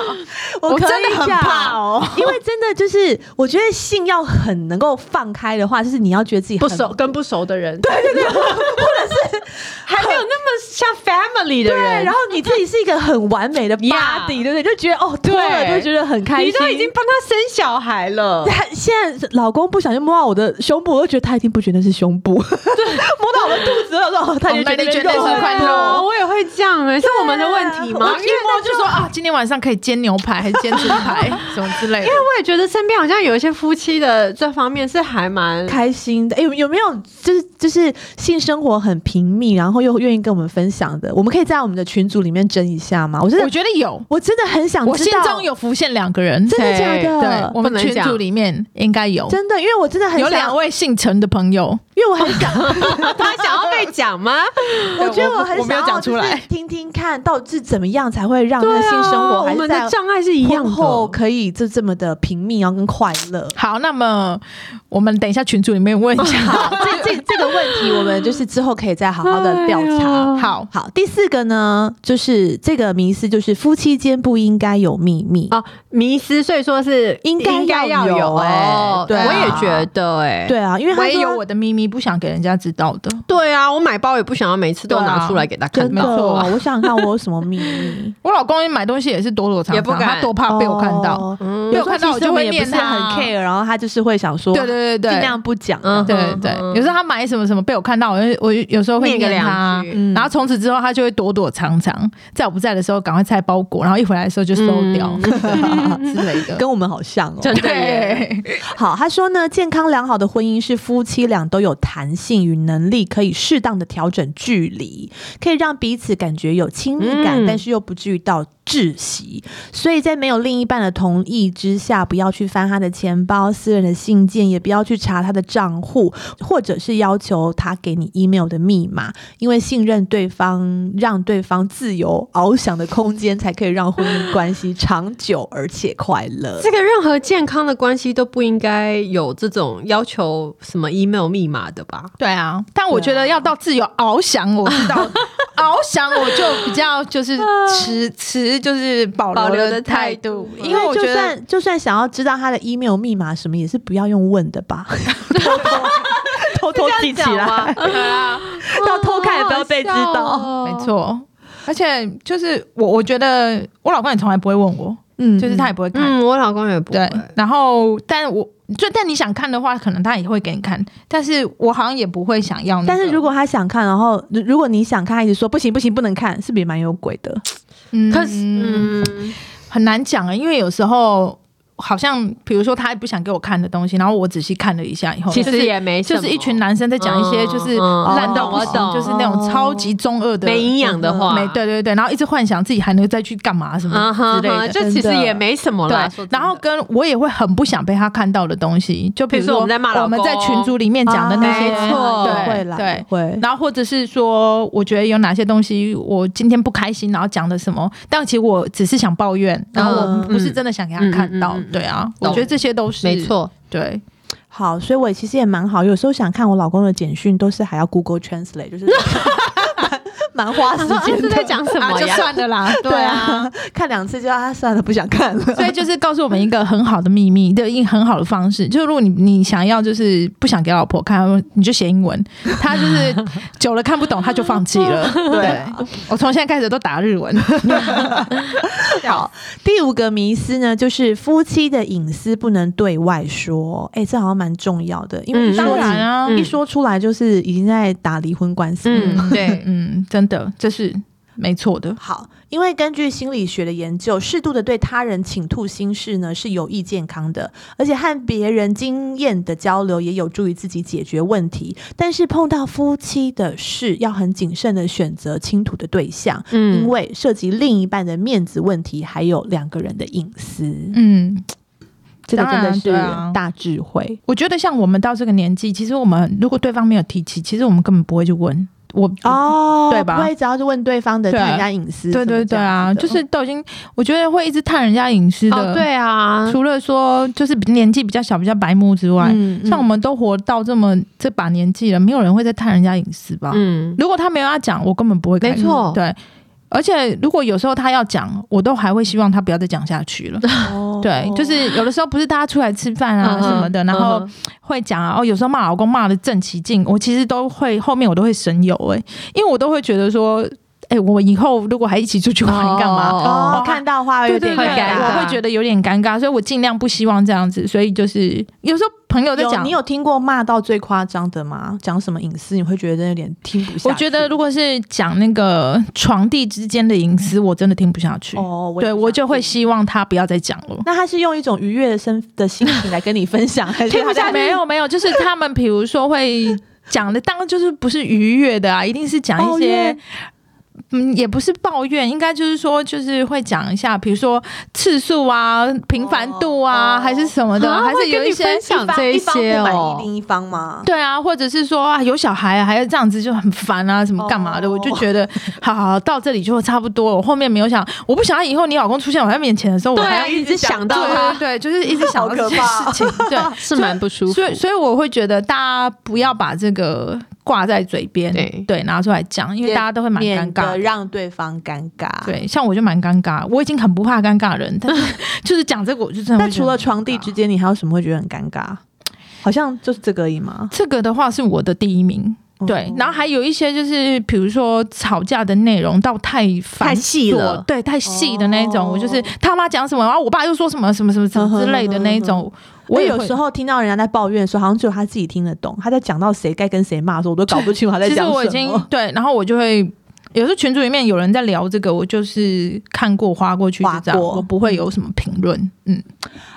Speaker 1: 我可
Speaker 2: 真的
Speaker 1: 以
Speaker 2: 很
Speaker 1: 讲
Speaker 2: 怕哦，
Speaker 1: <laughs> 因为真的就是，我觉得性要很能够放开的话，就是你要觉得自己
Speaker 3: 不
Speaker 1: 很
Speaker 3: 熟跟不熟的人，对
Speaker 2: <laughs>
Speaker 3: 对对，或者是还没有那么像 family 的
Speaker 1: 对，
Speaker 3: 人，
Speaker 1: 然后你自己是一个很完美
Speaker 2: <laughs>
Speaker 1: 的
Speaker 3: Yeah
Speaker 1: body，对不对？就觉得哦，脱了
Speaker 3: 对
Speaker 1: 就觉得很开心。
Speaker 3: 你都已经帮他生小孩
Speaker 2: 嗯
Speaker 3: 了。
Speaker 1: 他现在老公不小心摸到我的胸部，我就觉得他一定不觉得是胸部， <laughs> 摸到我的肚子，我就说哦，他就觉得
Speaker 2: 哦那你觉
Speaker 1: 是
Speaker 2: 得
Speaker 1: 肉
Speaker 2: 是
Speaker 1: 很
Speaker 2: 块
Speaker 1: 多
Speaker 2: 肉
Speaker 3: 啊我也会这样哎、是我们的问题吗？
Speaker 2: 我一摸就说啊，今天晚上可以煎牛排还是煎
Speaker 1: <laughs>
Speaker 2: 猪排什么之类的
Speaker 3: 因为。我也觉得身边好像有一些夫妻的这方面是还 <laughs> 蛮
Speaker 1: 开心的。哎、有有没有就是就是性生活很平密，然后又愿意跟我们分享的？我们可以在我们的群组里面争一下吗？我真的
Speaker 2: 我觉得有，
Speaker 1: 我真的很想
Speaker 2: 我
Speaker 1: 知
Speaker 2: 心
Speaker 1: 道，
Speaker 2: 中有浮现两个人，
Speaker 1: 真的假
Speaker 3: 对
Speaker 2: 对
Speaker 1: 的，
Speaker 2: 我
Speaker 3: 不
Speaker 2: 们
Speaker 3: 能
Speaker 2: 群
Speaker 3: 讲
Speaker 2: 组里面应该有，
Speaker 1: 真的，因为我真的很
Speaker 2: 有
Speaker 1: 想
Speaker 2: 两位姓陈的朋友，
Speaker 1: 因为我很想，
Speaker 3: 他想要被讲吗？
Speaker 1: 我觉得
Speaker 2: 我
Speaker 1: 很
Speaker 2: 我没
Speaker 1: 想
Speaker 2: 有
Speaker 1: 要
Speaker 2: 讲出
Speaker 1: 就是
Speaker 2: 来
Speaker 1: 听听看到底是怎么样才会让那
Speaker 3: 对
Speaker 1: 个新
Speaker 3: 啊，
Speaker 1: 生活
Speaker 3: 我
Speaker 1: 还是
Speaker 3: 们
Speaker 1: 在
Speaker 3: 的障碍是一样
Speaker 1: 婚后
Speaker 3: 的。
Speaker 1: 可以就这么的平密，然后跟快乐。
Speaker 2: 好，那么我们等一下群组里面问一下。
Speaker 1: <laughs> 好，这这这个问题，我们就是之后可以再好好的调查。
Speaker 3: 哎呀
Speaker 2: 好，
Speaker 1: 好，第四个呢，就是这个迷思，就是夫妻间不应该有秘密。
Speaker 3: 哦，迷失，所以说是
Speaker 1: 应该要
Speaker 3: 要
Speaker 1: 有哎
Speaker 3: 哦
Speaker 1: 对啊
Speaker 3: 我也觉得哎，
Speaker 1: 对啊，因为他
Speaker 2: 我也
Speaker 1: 说
Speaker 2: 有我的秘密，不想给人家知道的。
Speaker 3: 对啊，我买包也不想要每次都
Speaker 2: 对啊
Speaker 3: 拿出来给他看
Speaker 1: 真的
Speaker 3: 到，
Speaker 1: 哦，
Speaker 2: 错
Speaker 1: 我想想看我有什么秘密。
Speaker 2: 我老公买东西也是躲躲藏
Speaker 3: 也不
Speaker 2: 藏，
Speaker 3: 敢
Speaker 2: 他多怕 <laughs> 被我看到。
Speaker 1: 哦
Speaker 3: 嗯
Speaker 2: 被我看到我
Speaker 1: 其
Speaker 2: 就会
Speaker 1: 实我们也
Speaker 2: 念
Speaker 1: 不是
Speaker 2: 他
Speaker 1: 很 care，然后他就是会想说，
Speaker 2: 对对对对，
Speaker 1: 尽量不讲。啊
Speaker 3: 嗯
Speaker 2: 对对对，有时候他买什么什么被我看到，我就我有时候会
Speaker 3: 念个
Speaker 2: 念他
Speaker 3: 两，句。
Speaker 1: 嗯
Speaker 2: 然后从此之后他就会躲躲藏藏，在我不在的时候赶快拆包裹，然后一回来的时候就收掉、啊之类的。 <laughs>
Speaker 1: 跟我们好像哦。
Speaker 3: 真的耶，
Speaker 2: 对，
Speaker 1: 好，他说呢，健康良好的婚姻是夫妻俩都有弹性与能力，可以适当的调整距离，可以让彼此感觉有亲密感，
Speaker 3: 嗯
Speaker 1: 但是又不至于到窒息。所以在没有另一半的同意之下，不要去翻他的钱包、私人的信件，也不要去查他的账户，或者是要求他给你 email 的密码，因为信任对方，让对方自由翱翔的空间，才可以让婚姻关系长久而且快乐。
Speaker 3: 这个任何健康的关系都不应该有这种要求什么 email 密码的吧？
Speaker 2: 对啊，但我觉得要到自由翱翔，我知 <laughs> 道翱翔，我就比较 <laughs> 就是持持就是保
Speaker 3: 保留
Speaker 2: 留
Speaker 3: 的
Speaker 2: 的
Speaker 3: 态
Speaker 2: 态
Speaker 3: 度
Speaker 2: 度，
Speaker 3: 吗
Speaker 2: 因为我
Speaker 1: 就
Speaker 2: 觉得
Speaker 1: 算就算想要知道他的 email 密码什么，也是不要用问的
Speaker 3: <laughs>
Speaker 1: 吧，偷偷偷偷记起
Speaker 3: 这样讲吗
Speaker 1: 来，
Speaker 3: 哦
Speaker 1: 到偷看也 <laughs> 不要被知道。
Speaker 2: 没。错。而且就是我，我觉得我老公也从来不会问我，
Speaker 1: 嗯
Speaker 2: 就是他也不会看，
Speaker 3: 嗯，我老公也不
Speaker 2: 对
Speaker 3: 会。。
Speaker 2: 然后，但我就但你想看的话，可能他也会给你看，但是我好像也不会想要那个、
Speaker 1: 但是如果他想看，然后如如果你想看，他一直说不行不行不能看，是不是也蛮有鬼的？
Speaker 2: 嗯
Speaker 3: 可是，嗯，
Speaker 2: 很难讲啊、因为有时候好像比如说他也不想给我看的东西，然后我仔细看了一下以后，
Speaker 3: 其
Speaker 2: 就
Speaker 3: 实
Speaker 2: 是
Speaker 3: 也没什
Speaker 2: 就
Speaker 3: 么，
Speaker 2: 是一群男生在讲一些
Speaker 3: 嗯
Speaker 2: 就是
Speaker 3: 嗯
Speaker 2: 烂到不
Speaker 3: 我懂
Speaker 2: 行，
Speaker 3: 嗯
Speaker 2: 就是那种超级中二的
Speaker 3: 没营养的话，
Speaker 2: 没对对对，然后一直幻想自己还能再去干嘛什
Speaker 3: 嗯
Speaker 2: 么
Speaker 3: 哼
Speaker 2: 之类
Speaker 3: 哼，
Speaker 2: 的。
Speaker 3: 就其实
Speaker 1: 真的
Speaker 3: 也没什么啦。说
Speaker 2: 对，
Speaker 3: 真的
Speaker 2: 然后跟我也会很不想被他看到的东西，就比
Speaker 3: 比如说我们在骂老
Speaker 2: 我们在
Speaker 3: 公
Speaker 2: 群组里面讲的那些，
Speaker 3: 啊没错
Speaker 2: 对
Speaker 1: 会啦，
Speaker 2: 对
Speaker 1: 会。
Speaker 2: 然后或者是说，我觉得有哪些东西我今天不开心，然后讲的什么，但其实我只是想抱怨，然后我不是真的想给他看到，
Speaker 3: 嗯嗯嗯嗯嗯
Speaker 2: 对啊，
Speaker 3: 懂
Speaker 2: 我觉得这些都是
Speaker 3: 没，错，
Speaker 2: 对，
Speaker 1: 好，所以我其实也蛮好，有时候想看我老公的简讯，都是还要 Google Translate，就是 <laughs> 蛮蛮花时
Speaker 3: 他说
Speaker 1: 间
Speaker 3: <laughs> 啊是
Speaker 1: 的。
Speaker 3: 在讲什
Speaker 2: 啊
Speaker 3: 么
Speaker 2: 就
Speaker 3: 呀？
Speaker 2: 算了
Speaker 3: <laughs>
Speaker 2: 啦，对啊。，
Speaker 1: 看两次就要他算了，不想看了。
Speaker 2: 所以就是告诉我们一个很好的秘密的一个很好的方式，就是如果你你想要就是不想给老婆看，你就写英文，她就是久了看不懂，她就放弃
Speaker 3: <laughs>
Speaker 2: 了。对
Speaker 1: 啊，
Speaker 2: 我从现在开始都打日文。
Speaker 1: 好，第五个迷思呢，就是夫妻的隐私不能对外说。哎、这好像蛮重要的，因为一
Speaker 3: 嗯
Speaker 1: 说、
Speaker 2: 当然啊，
Speaker 3: 嗯
Speaker 1: 一说出来就是已经在打离婚官司了。
Speaker 3: 嗯对
Speaker 2: 嗯，真的，这是没错的。
Speaker 1: 好，因为根据心理学的研究，适度的对他人倾吐心事呢是有益健康的，而且和别人经验的交流也有助于自己解决问题。但是碰到夫妻的事，要很谨慎的选择倾吐的对象，因
Speaker 3: 嗯，
Speaker 1: 为涉及另一半的面子问题，还有两个人的隐私。
Speaker 2: 嗯，
Speaker 1: 这个真的
Speaker 2: 当然对
Speaker 1: 是
Speaker 2: 啊
Speaker 1: 大智慧。
Speaker 2: 我觉得像我们到这个年纪，其实我们如果对方没有提起，其实我们根本不会去问。我，
Speaker 1: 哦
Speaker 2: 嗯对吧
Speaker 1: 不会只要去问对方的
Speaker 2: 对啊
Speaker 1: 看人家隐私什
Speaker 2: 对
Speaker 1: 么这
Speaker 2: 对
Speaker 1: 样子的，
Speaker 2: 对啊，就是都已经，我觉得会一直探人家隐私的。
Speaker 3: 哦，对啊，
Speaker 2: 除了说就是年纪比较小、比较白目之外，
Speaker 1: 嗯
Speaker 2: 像我们都活到这么这把年纪了，没有人会再探人家隐私吧？
Speaker 3: 嗯，
Speaker 2: 如果他没有要讲，我根本不会开
Speaker 3: 没错
Speaker 2: 对。而且，如果有时候他要讲，我都还会希望他不要再讲下去了。
Speaker 1: 哦
Speaker 2: 对，就是有的时候不是大家出来吃饭啊
Speaker 3: 嗯
Speaker 2: 什么的，然后
Speaker 3: 嗯
Speaker 2: 会讲啊，哦，有时候骂老公骂的正起劲，我其实都会后面我都会神游哎、欸因为我都会觉得说，哎、我以后如果还一起出去玩干嘛？
Speaker 3: 哦
Speaker 1: 哦，看到话有
Speaker 2: 对对
Speaker 1: 点
Speaker 2: 对，
Speaker 3: 会尴尬
Speaker 2: 我会觉得有点尴尬，所以我尽量不希望这样子。所以就是有时候朋友在
Speaker 1: 有
Speaker 2: 讲
Speaker 1: 你，有听过骂到最夸张的吗？讲什么隐私，你会觉得有点听不下去。
Speaker 2: 我觉得如果是讲那个床地之间的隐私，我真的听不下去。
Speaker 1: 哦，也
Speaker 2: 对
Speaker 1: 不
Speaker 2: 我
Speaker 1: 想
Speaker 2: 就会
Speaker 1: 听。
Speaker 2: 希望他不要再讲了。
Speaker 1: 那他是用一种愉悦的身的心情来跟你分享， <laughs> 还是
Speaker 2: <laughs> 听不
Speaker 1: 他
Speaker 2: 下
Speaker 1: 在
Speaker 2: 去。没有没有，就是他们比如说会讲的，当然就是不是愉悦的啊，一定是讲
Speaker 1: 抱
Speaker 2: 一些
Speaker 1: 怨
Speaker 2: 嗯，也不是抱怨，应该就是说，就是会讲一下，比如说次数啊、频繁度啊，
Speaker 1: 哦
Speaker 2: 还是什么的，
Speaker 3: 啊
Speaker 2: 还是有
Speaker 3: 会跟你
Speaker 2: 一些
Speaker 3: 分享
Speaker 1: 一方
Speaker 3: 这一
Speaker 1: 一方
Speaker 3: 些
Speaker 1: 不满
Speaker 3: 哦
Speaker 1: 意另一方吗？
Speaker 2: 对啊，或者是说啊，有小孩啊，还要这样子就很烦啊，什么干嘛的？
Speaker 1: 哦
Speaker 2: 我就觉得，好好好到这里就差不多了。我后面没有想，我不想要以后你老公出现我在面前的时候，我
Speaker 3: 对
Speaker 2: 还要
Speaker 3: 啊，一直想到
Speaker 2: 对
Speaker 3: 他
Speaker 2: 对对，就是一直想
Speaker 1: 好
Speaker 2: 到这
Speaker 1: 可
Speaker 2: 件
Speaker 1: 怕
Speaker 2: 事情。对，
Speaker 3: 是蛮不舒服
Speaker 2: 所。以所以我会觉得大家不要把这个挂在嘴边，
Speaker 3: 对
Speaker 2: 拿出来讲，因为
Speaker 1: 也
Speaker 2: 大家都会蛮尴
Speaker 1: 免
Speaker 2: 尬
Speaker 1: 得
Speaker 2: 的。
Speaker 1: 让对方尴尬。，
Speaker 2: 对，像我就蛮尴尬，我已经很不怕尴尬
Speaker 1: <laughs>
Speaker 2: 的人，但是就是讲这个我就真的
Speaker 1: 那
Speaker 2: 会觉得很尴尬。
Speaker 1: 除了床地之间，你还有什么会觉得很尴尬？好像就是这个而已嘛。
Speaker 2: 这个的话是我的第一名，对
Speaker 1: 嗯。
Speaker 2: 然后还有一些就是比如说吵架的内容到太繁
Speaker 1: 太细
Speaker 2: 琐
Speaker 1: 了
Speaker 2: 对，太细的那一种，
Speaker 1: 哦
Speaker 2: 我就是他妈讲什么，然后我爸又说什么什么什么什
Speaker 1: 嗯哼
Speaker 2: 么之类的那一种，我
Speaker 1: 我
Speaker 2: 也
Speaker 1: 有
Speaker 2: 会
Speaker 1: 时。候听到人家在抱怨的时候，好像只有他自己听得懂。他在讲到谁该跟谁骂的时候，我都搞不清楚他在
Speaker 2: 其实
Speaker 1: 讲
Speaker 2: 我已
Speaker 1: 什
Speaker 2: 经
Speaker 1: 么。
Speaker 2: <laughs> 对，然后我就会。有时候群组里面有人在聊这个，我就是看过划过去就
Speaker 1: 划
Speaker 2: 这样，
Speaker 1: 过
Speaker 2: 我不会有什么评论。嗯，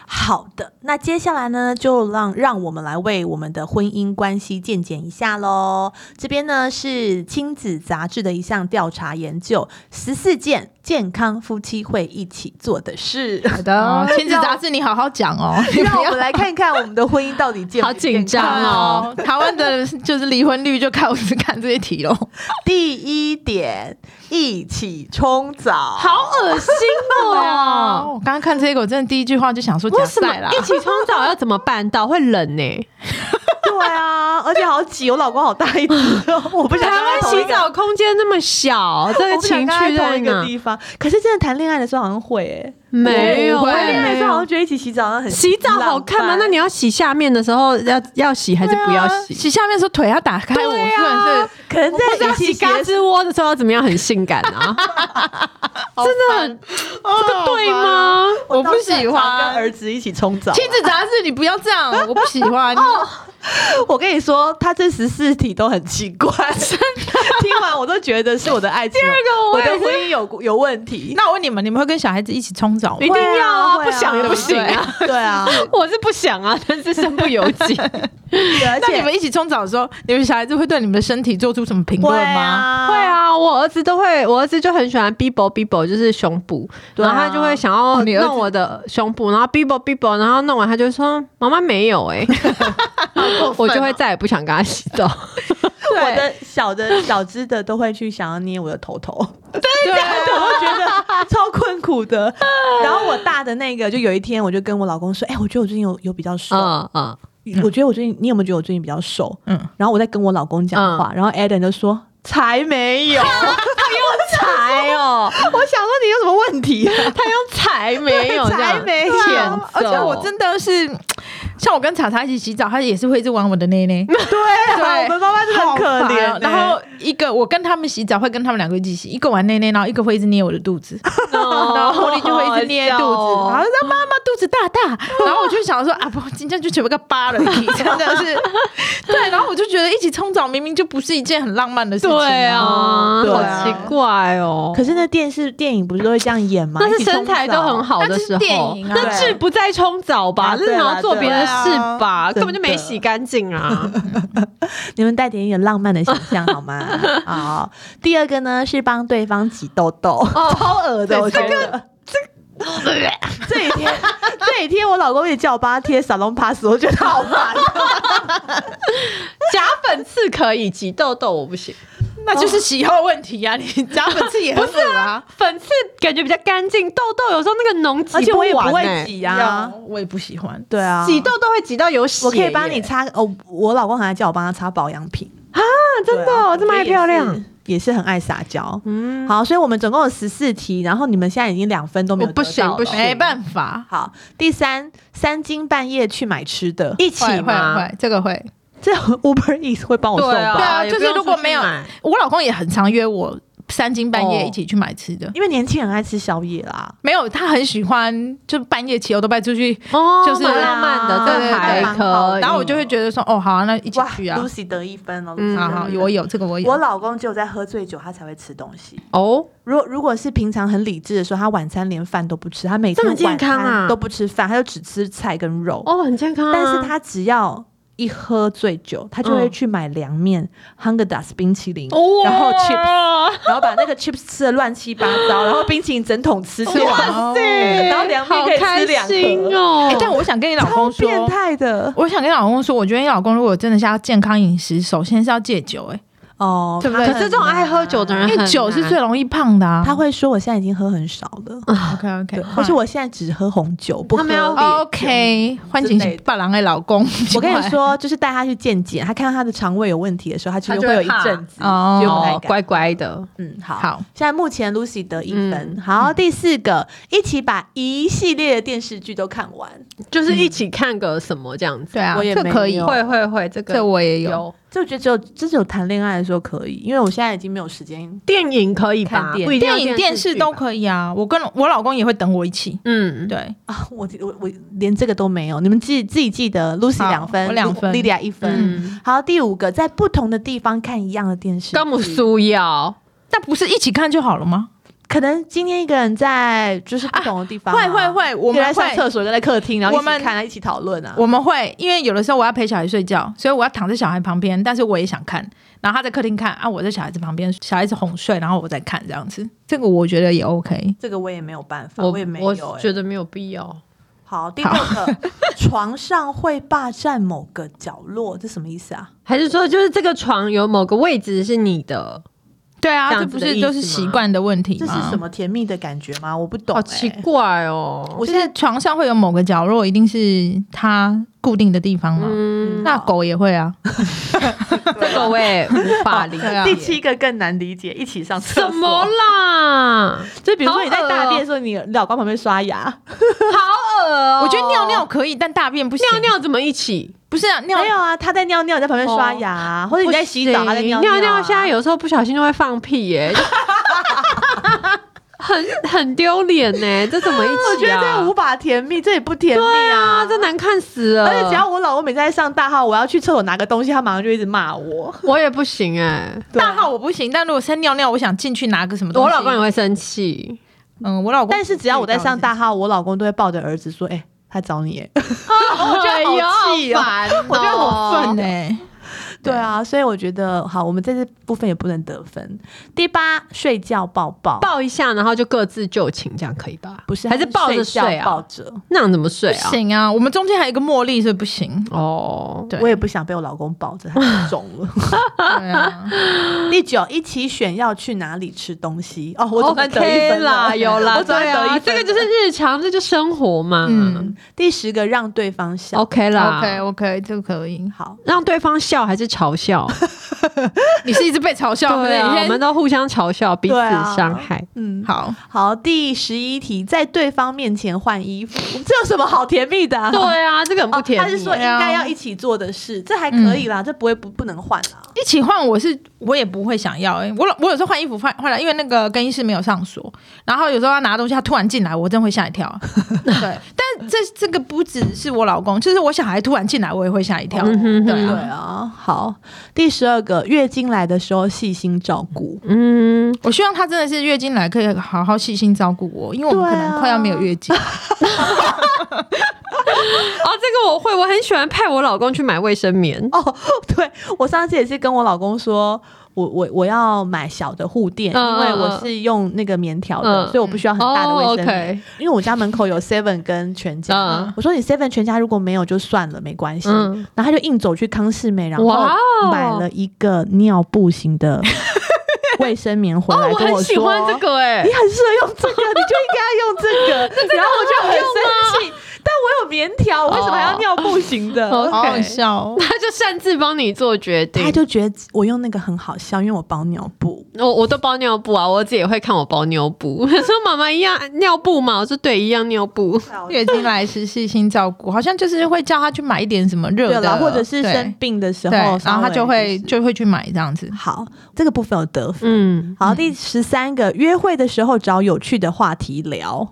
Speaker 1: 好的，那接下来呢，就让让我们来为我们的婚姻关系鉴检一下喽。这边呢是亲子杂志的一项调查研究，十四件健康夫妻会一起做的
Speaker 2: <laughs>
Speaker 1: 事。
Speaker 2: 好的哦亲子杂志你好好讲哦，你
Speaker 1: 让
Speaker 2: 不
Speaker 1: 我
Speaker 2: 要
Speaker 1: 们来看看我们的婚姻到底健不
Speaker 3: 好紧张
Speaker 1: 健康
Speaker 3: 看哦。
Speaker 2: 台湾的就是离婚率就开始看这些题喽，
Speaker 1: 第一点，一起冲澡。
Speaker 3: 好恶心
Speaker 1: <laughs>
Speaker 2: 对啊，
Speaker 3: 哦！
Speaker 2: 我刚刚看这个，我真的第一句话就想说，
Speaker 3: 为什么
Speaker 2: 假赛啦啊
Speaker 3: 一起冲澡要怎么办到？会冷呢、
Speaker 1: 对啊，而且好挤，我老公好大一只哦，我不想跟
Speaker 3: 台
Speaker 1: 他
Speaker 3: 湾
Speaker 1: 同一
Speaker 3: 洗
Speaker 1: 个。
Speaker 3: 澡空间那么小，这
Speaker 1: 我
Speaker 3: 个
Speaker 1: 不想
Speaker 3: 情
Speaker 1: 跟他
Speaker 3: 趣
Speaker 1: 同
Speaker 3: 在
Speaker 1: 一个
Speaker 3: 哪？
Speaker 1: 地方，可是真的谈恋爱的时候好像会哎、
Speaker 3: 没有
Speaker 2: 我不会
Speaker 1: 谈恋爱的时候好像觉得一起洗澡好像很
Speaker 3: 洗澡好看吗？
Speaker 1: 浪漫
Speaker 3: 那你要洗下面的时候要要洗还是
Speaker 1: 啊
Speaker 3: 不要洗？
Speaker 2: 洗下面说腿要打开，我
Speaker 3: 啊对啊
Speaker 2: 个人是
Speaker 1: 可能
Speaker 3: 不知
Speaker 1: 在
Speaker 3: 道
Speaker 1: 一起
Speaker 3: 洗嘎
Speaker 1: 的时
Speaker 3: 吱窝的时候要怎么样很性感
Speaker 1: <laughs>
Speaker 3: 啊？真的很这个对？吗？
Speaker 1: 候，
Speaker 2: 我不
Speaker 1: 倒是很
Speaker 2: 喜
Speaker 1: 常
Speaker 2: 欢
Speaker 1: 跟儿子一起冲澡。
Speaker 2: 亲子杂志你不要这样，我不喜欢。
Speaker 1: 我跟你说，他这十四题都很奇怪，听完我都觉得是我的爱情，
Speaker 3: 个
Speaker 1: 我的婚姻有有问题。
Speaker 2: 那我问你们，你们会跟小孩子一起冲澡吗
Speaker 3: 一？定要啊
Speaker 1: 会
Speaker 3: 不想也
Speaker 1: 对
Speaker 3: 不行啊
Speaker 1: 对对啊，
Speaker 3: 我是不想啊，但是身不由己。
Speaker 1: 对啊而
Speaker 2: 那你
Speaker 1: 且
Speaker 2: 们一起冲澡的时候，你们小孩子会对你们的身体做出什么评
Speaker 1: 会
Speaker 2: 论吗？
Speaker 1: 啊，
Speaker 3: 会，啊，我儿子都会，我儿子就很喜欢 bibo bibo，就是胸部，
Speaker 1: 对啊
Speaker 3: 然后他就会想要
Speaker 2: 哦你儿子
Speaker 3: 弄我的胸部，然后 bibo bibo，然后弄完他就说妈妈没有哎、我就会再也不想跟他洗澡。
Speaker 1: 我的小
Speaker 3: <laughs>
Speaker 1: 的小只的都会去想要捏我的头头，
Speaker 2: 对
Speaker 1: 对，啊我觉得超困苦的。然后我大的那个，就有一天我就跟我老公说：“哎、我觉得我最近有有比较瘦，
Speaker 3: 嗯嗯，
Speaker 1: 我觉得我最近你有没有觉得我最近比较瘦？”
Speaker 2: 嗯
Speaker 1: 然后我在跟我老公讲
Speaker 3: 嗯
Speaker 1: 话，然后 Adam 就说：“才没
Speaker 3: <laughs>
Speaker 1: 有！
Speaker 3: 才哦，
Speaker 1: <laughs> 我想说你有什么问题、啊？
Speaker 3: 他用才没有这
Speaker 1: 才
Speaker 3: 样，
Speaker 1: 没有！
Speaker 3: 欠揍
Speaker 2: 哎而且我真的是，像我跟查查一起洗澡，他也是会一直玩我的内
Speaker 1: <laughs>
Speaker 2: 内。
Speaker 1: 对啊，
Speaker 2: 对
Speaker 1: 我们妈妈真的欸很可怜、
Speaker 3: 欸
Speaker 2: 好烦哦然后一个我跟他们洗澡，会跟他们两个一起洗，一个玩内内，然后一个会一直捏我的
Speaker 1: <laughs>
Speaker 2: 肚子，然
Speaker 3: 然
Speaker 2: 后茉莉就会一直捏肚子，
Speaker 1: 哦
Speaker 2: 然后说妈妈肚子大大， <laughs> 然后我就想说啊不，今天就全部个扒了，真的是，对，然后我就觉得一起冲澡明明就不是一件很浪漫的事情、
Speaker 3: 对啊，
Speaker 1: 对
Speaker 3: 好
Speaker 1: 啊
Speaker 3: 奇怪哦。
Speaker 1: 可是那电视电影不是都会这样演吗？
Speaker 3: 那
Speaker 1: 一
Speaker 3: 是
Speaker 1: 起
Speaker 3: 身
Speaker 1: 冲
Speaker 3: 材都
Speaker 1: 澡
Speaker 3: 很好的时
Speaker 2: 那是电
Speaker 3: 候，
Speaker 2: 影啊
Speaker 3: 那志不在冲澡吧
Speaker 1: 啊？
Speaker 3: 那
Speaker 1: 对啦
Speaker 3: 然后做别的事
Speaker 1: 对
Speaker 3: 吧，
Speaker 1: 啦
Speaker 3: 根本就没洗干净啊！
Speaker 1: 你们带点一点浪漫的形象好
Speaker 3: <laughs>
Speaker 1: 吗？好，第二个呢是帮对方挤痘痘，
Speaker 3: 哦
Speaker 1: <laughs> 超恶的，我觉得。这几天，这几天我老公也叫我帮他贴小龙 pass，我觉得好烦。啊
Speaker 3: <laughs> 假粉刺可以，挤痘痘我不行。
Speaker 2: 那就是喜好问题
Speaker 3: 哦
Speaker 2: 呀、啊，你加粉刺也很恶啊，
Speaker 3: 粉刺感觉比较干净，痘痘有时候那个脓挤
Speaker 1: 而且我也不
Speaker 3: 完
Speaker 1: 会
Speaker 3: 欸
Speaker 1: 挤
Speaker 2: 呀、
Speaker 1: 啊，
Speaker 2: 我也不喜欢。
Speaker 1: 对啊，
Speaker 3: 挤痘痘会挤到有血耶。
Speaker 1: 我可以帮你擦。哦，我老公还叫我帮他擦保养品啊，
Speaker 3: 真的哦这么爱漂亮
Speaker 1: 我觉得也是，也是很爱撒娇。嗯，好，所以我们总共有十四题，然后你们现在已经两分都没有
Speaker 3: 我不
Speaker 1: 得到
Speaker 3: 行不
Speaker 1: 了
Speaker 3: 行
Speaker 2: 没办法，
Speaker 1: 好，第三，三更半夜去买吃的，一起
Speaker 2: 会会
Speaker 3: 吗
Speaker 2: 会，这个会。
Speaker 1: 这 Uber Eats 会帮我送
Speaker 3: 对
Speaker 1: 吧？
Speaker 2: 对
Speaker 3: 啊
Speaker 2: 啊，
Speaker 3: 也
Speaker 2: 就
Speaker 3: 不
Speaker 2: 是
Speaker 3: 用
Speaker 2: 如果
Speaker 3: 出去
Speaker 2: 没有
Speaker 3: 买，
Speaker 2: 我老公也很常约我三更半夜
Speaker 3: 哦
Speaker 2: 一起去买吃的。
Speaker 1: 因为年轻人爱吃宵夜啦。
Speaker 2: 没有，他很喜欢，就半夜骑欧都拜出去，
Speaker 3: 哦，
Speaker 2: 就是
Speaker 3: 蛮浪漫的，
Speaker 1: 对
Speaker 3: 这
Speaker 1: 对
Speaker 3: 个
Speaker 1: 对
Speaker 3: 还
Speaker 1: 蛮好
Speaker 3: 可
Speaker 1: 的
Speaker 3: 以。
Speaker 2: 然后我就会觉得说，哦，好啊、那一起
Speaker 1: 哇
Speaker 2: 去啊。
Speaker 1: ，Lucy 得一分了。
Speaker 3: 嗯
Speaker 1: Lucy
Speaker 2: 好好，
Speaker 1: 得一分
Speaker 2: 我有这个，我有。
Speaker 1: 我老公只有在喝醉酒，他才会吃东西。
Speaker 3: 哦，
Speaker 1: 如果如果是平常很理智的时候，他晚餐连饭都不吃，他每
Speaker 3: 这
Speaker 1: 天
Speaker 3: 么健
Speaker 1: 晚
Speaker 3: 康啊哦
Speaker 1: 餐都不吃饭，他就只吃菜跟肉。
Speaker 3: 哦，很健康啊、
Speaker 1: 但是他只要一喝醉酒，他就会
Speaker 3: 嗯
Speaker 1: 去买凉面、Hunger Das 冰淇淋，
Speaker 3: 哦
Speaker 1: 然后 chips，然后把那个 chips 吃的乱七八糟，然后冰淇淋整桶吃吃完，
Speaker 2: 哇
Speaker 1: 然后凉面可以吃两
Speaker 3: 好开心
Speaker 1: 盒，
Speaker 3: 哦
Speaker 2: 哎！但我想跟你老
Speaker 1: 超
Speaker 2: 公说，
Speaker 1: 变态的
Speaker 2: 我想跟老公说，我觉得你老公如果真的是要健康饮食，首先是要戒酒、欸，
Speaker 1: 哦，
Speaker 2: 对不对
Speaker 3: 可是这种爱喝酒的
Speaker 2: 因
Speaker 3: 人 <laughs> 很
Speaker 2: 为
Speaker 3: 难，
Speaker 2: 酒是最容易胖的啊。
Speaker 1: 他会说我现在已经喝很少了，
Speaker 3: 嗯
Speaker 2: OK
Speaker 1: 对
Speaker 2: OK，，
Speaker 1: 而且我现在只喝红酒，不喝
Speaker 3: 他们要
Speaker 2: OK 换
Speaker 1: 之
Speaker 2: 景
Speaker 1: 类的
Speaker 2: 伴郎的老公，
Speaker 1: 我跟你说，就是带他去健检，他看到他的肠胃有问题的时候，他其实
Speaker 3: 他就
Speaker 1: 会
Speaker 3: 会
Speaker 1: 有一
Speaker 3: 怕
Speaker 1: 阵子，
Speaker 2: 哦
Speaker 1: 就不太
Speaker 3: 哦，
Speaker 1: 敢。
Speaker 3: 乖乖的，
Speaker 1: 嗯，好。
Speaker 2: 好，
Speaker 1: 现在目前 Lucy 得一分。
Speaker 3: 嗯
Speaker 1: 好，第四个，一起把一系列的电视剧都看完。
Speaker 3: 就是一起看个什么这样子。
Speaker 2: 对啊，
Speaker 1: 我也
Speaker 2: 这
Speaker 1: 没
Speaker 2: 可以
Speaker 1: 有，
Speaker 3: 会会会，这
Speaker 2: <laughs>
Speaker 3: 个
Speaker 2: 这我也有。
Speaker 3: 有
Speaker 1: 这我觉得只有这只有谈恋爱的时候可以，因为我现在已经没有时间。
Speaker 3: 电影可以吧？
Speaker 1: 看电影
Speaker 3: 不一定要
Speaker 2: 电影、电视
Speaker 3: 剧
Speaker 2: 都
Speaker 3: 吧
Speaker 2: 可以啊。我跟我老公也会等我一起。
Speaker 3: 嗯，
Speaker 2: 对，
Speaker 1: 啊，我我我连这个都没有，你们记自己记得，Lucy
Speaker 2: 好
Speaker 1: 两分，
Speaker 2: 我两分
Speaker 1: 莉莉娅一分。
Speaker 3: 嗯，
Speaker 1: 好，第五个，在不同的地方看一样的电视剧，
Speaker 3: 高姆苏要
Speaker 2: 但不是一起看就好了吗？
Speaker 1: 可能今天一个人在就是不同的地方啊、
Speaker 2: 会会会，我
Speaker 1: 一个
Speaker 2: 们
Speaker 1: 人在上
Speaker 2: 会，
Speaker 1: 厕所，一个在客厅，然后一
Speaker 2: 我们
Speaker 1: 起看，一起讨论啊。
Speaker 2: 我们会，因为有的时候我要陪小孩睡觉，所以我要躺在小孩旁边，但是我也想看。然后他在客厅看啊，我在小孩子旁边，小孩子哄睡，然后我在看这样子。这个我觉得也 OK。
Speaker 1: 这个我也没有办法，
Speaker 3: 我
Speaker 1: 我也没有、
Speaker 3: 我
Speaker 1: 欸。
Speaker 3: 觉得没有必要。
Speaker 1: 好，第六 <laughs> 个，床上会霸占某个角落，这什么意思啊？
Speaker 3: 还是说，就是这个床有某个位置是你的，
Speaker 2: 对啊，
Speaker 3: 这
Speaker 2: 这
Speaker 3: 样
Speaker 2: 不
Speaker 3: 子的
Speaker 2: 是
Speaker 3: 意
Speaker 2: 都
Speaker 3: 思
Speaker 2: 是习
Speaker 3: 吗
Speaker 2: 惯的问题
Speaker 1: 这
Speaker 2: 吗？
Speaker 1: 是什？么甜蜜的感觉吗？我不懂、欸，
Speaker 3: 好奇怪哦。
Speaker 1: 我
Speaker 2: 就
Speaker 1: 现在
Speaker 2: 是床上会有某个角落，一定是它固定的地方嘛。
Speaker 1: 嗯
Speaker 3: 嗯，
Speaker 2: 那狗也会啊，
Speaker 3: 这个我也无法
Speaker 1: <laughs>
Speaker 3: 理
Speaker 2: 对啊
Speaker 1: 第
Speaker 3: 解。
Speaker 1: 七个更难理解，一起上厕所。
Speaker 3: 什么？啦？
Speaker 1: 就比如说你在
Speaker 3: 好恶哦
Speaker 1: 大便的时候，你老公旁边刷牙，
Speaker 3: 好恶哦！
Speaker 2: 我觉得尿尿可以，但大便不行。
Speaker 3: 尿尿怎么一起？
Speaker 2: 不是啊，尿
Speaker 1: 没有啊，他在尿尿，你在旁边刷牙啊，或者你在洗澡，
Speaker 3: 不行
Speaker 1: 他在尿
Speaker 3: 尿
Speaker 1: 啊
Speaker 3: 现在有时候不小心就会放屁耶、很很丢脸呢，这怎么一起、啊？
Speaker 1: 我觉得这个无法甜蜜，这也不甜蜜
Speaker 3: 对啊，
Speaker 1: 啊，
Speaker 3: 这难看死了。
Speaker 1: 而且只要我老公每次在上大号，我要去厕所拿个东西，他马上就一直骂我。
Speaker 3: 我也不行哎、
Speaker 2: 大号我不行，但如果是尿尿，我想进去拿个什么东西。
Speaker 3: 我老公也会生气。
Speaker 2: 嗯，我老公，
Speaker 1: 但是只要我在上大，号，我老公都会抱着儿子说：“哎、他找
Speaker 3: <laughs>
Speaker 1: 你。”哎，
Speaker 3: 哦我觉
Speaker 1: 得 <laughs> 好气哦
Speaker 3: 烦哦，
Speaker 1: 我觉得好愤
Speaker 2: 笨呢、
Speaker 1: 对啊，所以我觉得好，我们在这部分也不能得分。第八，睡觉抱抱，
Speaker 3: 抱一下，然后就各自就寝，这样可以吧？
Speaker 1: 不是
Speaker 3: 还是抱着
Speaker 1: 睡
Speaker 3: 睡
Speaker 1: 觉抱
Speaker 3: 啊？
Speaker 1: 着。
Speaker 3: 那样怎么睡
Speaker 2: 不
Speaker 3: 啊？
Speaker 2: 行啊，我们中间还有一个茉莉，所以不行。
Speaker 3: 哦，
Speaker 2: 对，
Speaker 1: 我也不想被我老公抱着，他太重了。
Speaker 3: <laughs>
Speaker 2: 对啊，
Speaker 1: 第九，一起选要去哪里吃东西。哦，我总算得
Speaker 3: OK
Speaker 1: 一分了 <laughs>
Speaker 3: 啦，有啦，
Speaker 1: 我总算
Speaker 3: 对
Speaker 1: 得
Speaker 3: 啊
Speaker 1: 一分了。
Speaker 3: 这个就是日常，这就生活嘛。
Speaker 2: 嗯
Speaker 1: 第十个，让对方笑。
Speaker 3: ，OK 啦
Speaker 2: ，OK OK，这个可以。
Speaker 1: 好，
Speaker 3: 让对方笑还是嘲笑？
Speaker 2: 你是一直被嘲笑，
Speaker 3: 对
Speaker 2: 不是
Speaker 3: 啊，我
Speaker 2: 你现
Speaker 3: 们
Speaker 2: 在
Speaker 3: 都互相嘲笑，彼此
Speaker 1: 对啊
Speaker 3: 伤害。
Speaker 1: 嗯，好，
Speaker 2: 好，
Speaker 1: 好。第十一题，在对方面前换衣服，这有什么好甜蜜的、啊？ <laughs>
Speaker 3: 对啊，这个很不甜
Speaker 1: 哦他
Speaker 3: 蜜。嗯
Speaker 1: 是说应该要一起做的事，这还可以啦，这不会不不能换
Speaker 3: <laughs>
Speaker 1: 啊。
Speaker 2: 一起换我是我也不会想要、欸，我老我有时候换衣服换换了，因为那个更衣室没有上锁，然后有时候他拿东西，他突然进来，我真会吓一跳。对，但这这个不只是我老公，就是我小孩突然进来，我也会吓一跳。
Speaker 3: 嗯哼哼
Speaker 2: 对
Speaker 1: 对
Speaker 2: 啊，
Speaker 1: 啊，好。第十二个，月经来的时候细心照顾。
Speaker 3: 嗯，
Speaker 2: 我希望他真的是月经来可以好好细心照顾我，因为我们可
Speaker 1: 对啊
Speaker 2: 能快要没有月
Speaker 1: <laughs>
Speaker 2: 经。
Speaker 3: 哦，这个我会，我很喜欢派我老公去买卫生棉。
Speaker 1: 哦， <laughs> 对我上次也是跟我老公说。我我我要买小的护垫，
Speaker 3: 嗯
Speaker 1: 因为
Speaker 3: 嗯
Speaker 1: 我是用那个棉条的，
Speaker 3: 嗯
Speaker 1: 所以我不需要很大的卫
Speaker 3: 哦
Speaker 1: 生棉。
Speaker 3: ，OK，
Speaker 1: 因为我家门口有 Seven 跟全家，
Speaker 3: 嗯
Speaker 1: 我说你 Seven 全家如果没有就算了，没关系。
Speaker 3: 嗯
Speaker 1: 然后他就硬走去康士美，然后
Speaker 3: 哇哦
Speaker 1: 买了一个尿布型
Speaker 3: <laughs>
Speaker 1: 的卫生棉回来
Speaker 3: 哦我
Speaker 1: 跟
Speaker 3: 很
Speaker 1: 说，
Speaker 3: 喜欢这个哎
Speaker 1: 你，很适合用这个，你就应该要用
Speaker 3: <laughs>
Speaker 1: 这个。然后我就很
Speaker 3: 啊
Speaker 1: 生气，但我有棉条，我为什么还要尿布型的？
Speaker 3: 哦
Speaker 2: 好好笑哦！
Speaker 3: 他就擅自帮你做决定
Speaker 1: 他。就觉得我用那个很好笑，因为我包尿布。
Speaker 3: 我我都包尿布啊，我自己也会看我包尿布。 <laughs> 他说妈妈一样尿布嘛，我说对，一样尿布。
Speaker 2: 月经来时细心照顾，好像就是会叫他去买一点什么热
Speaker 1: 对
Speaker 2: 的
Speaker 1: 了，，或者是
Speaker 2: 对
Speaker 1: 生病的时候，
Speaker 2: 对，然后他
Speaker 1: 稍微
Speaker 2: 就会
Speaker 1: 是
Speaker 2: 就会去买这样子。
Speaker 1: 好。这个部分有得分。
Speaker 3: 嗯，
Speaker 1: 好，第十三个，约会的时候找有趣的话题聊，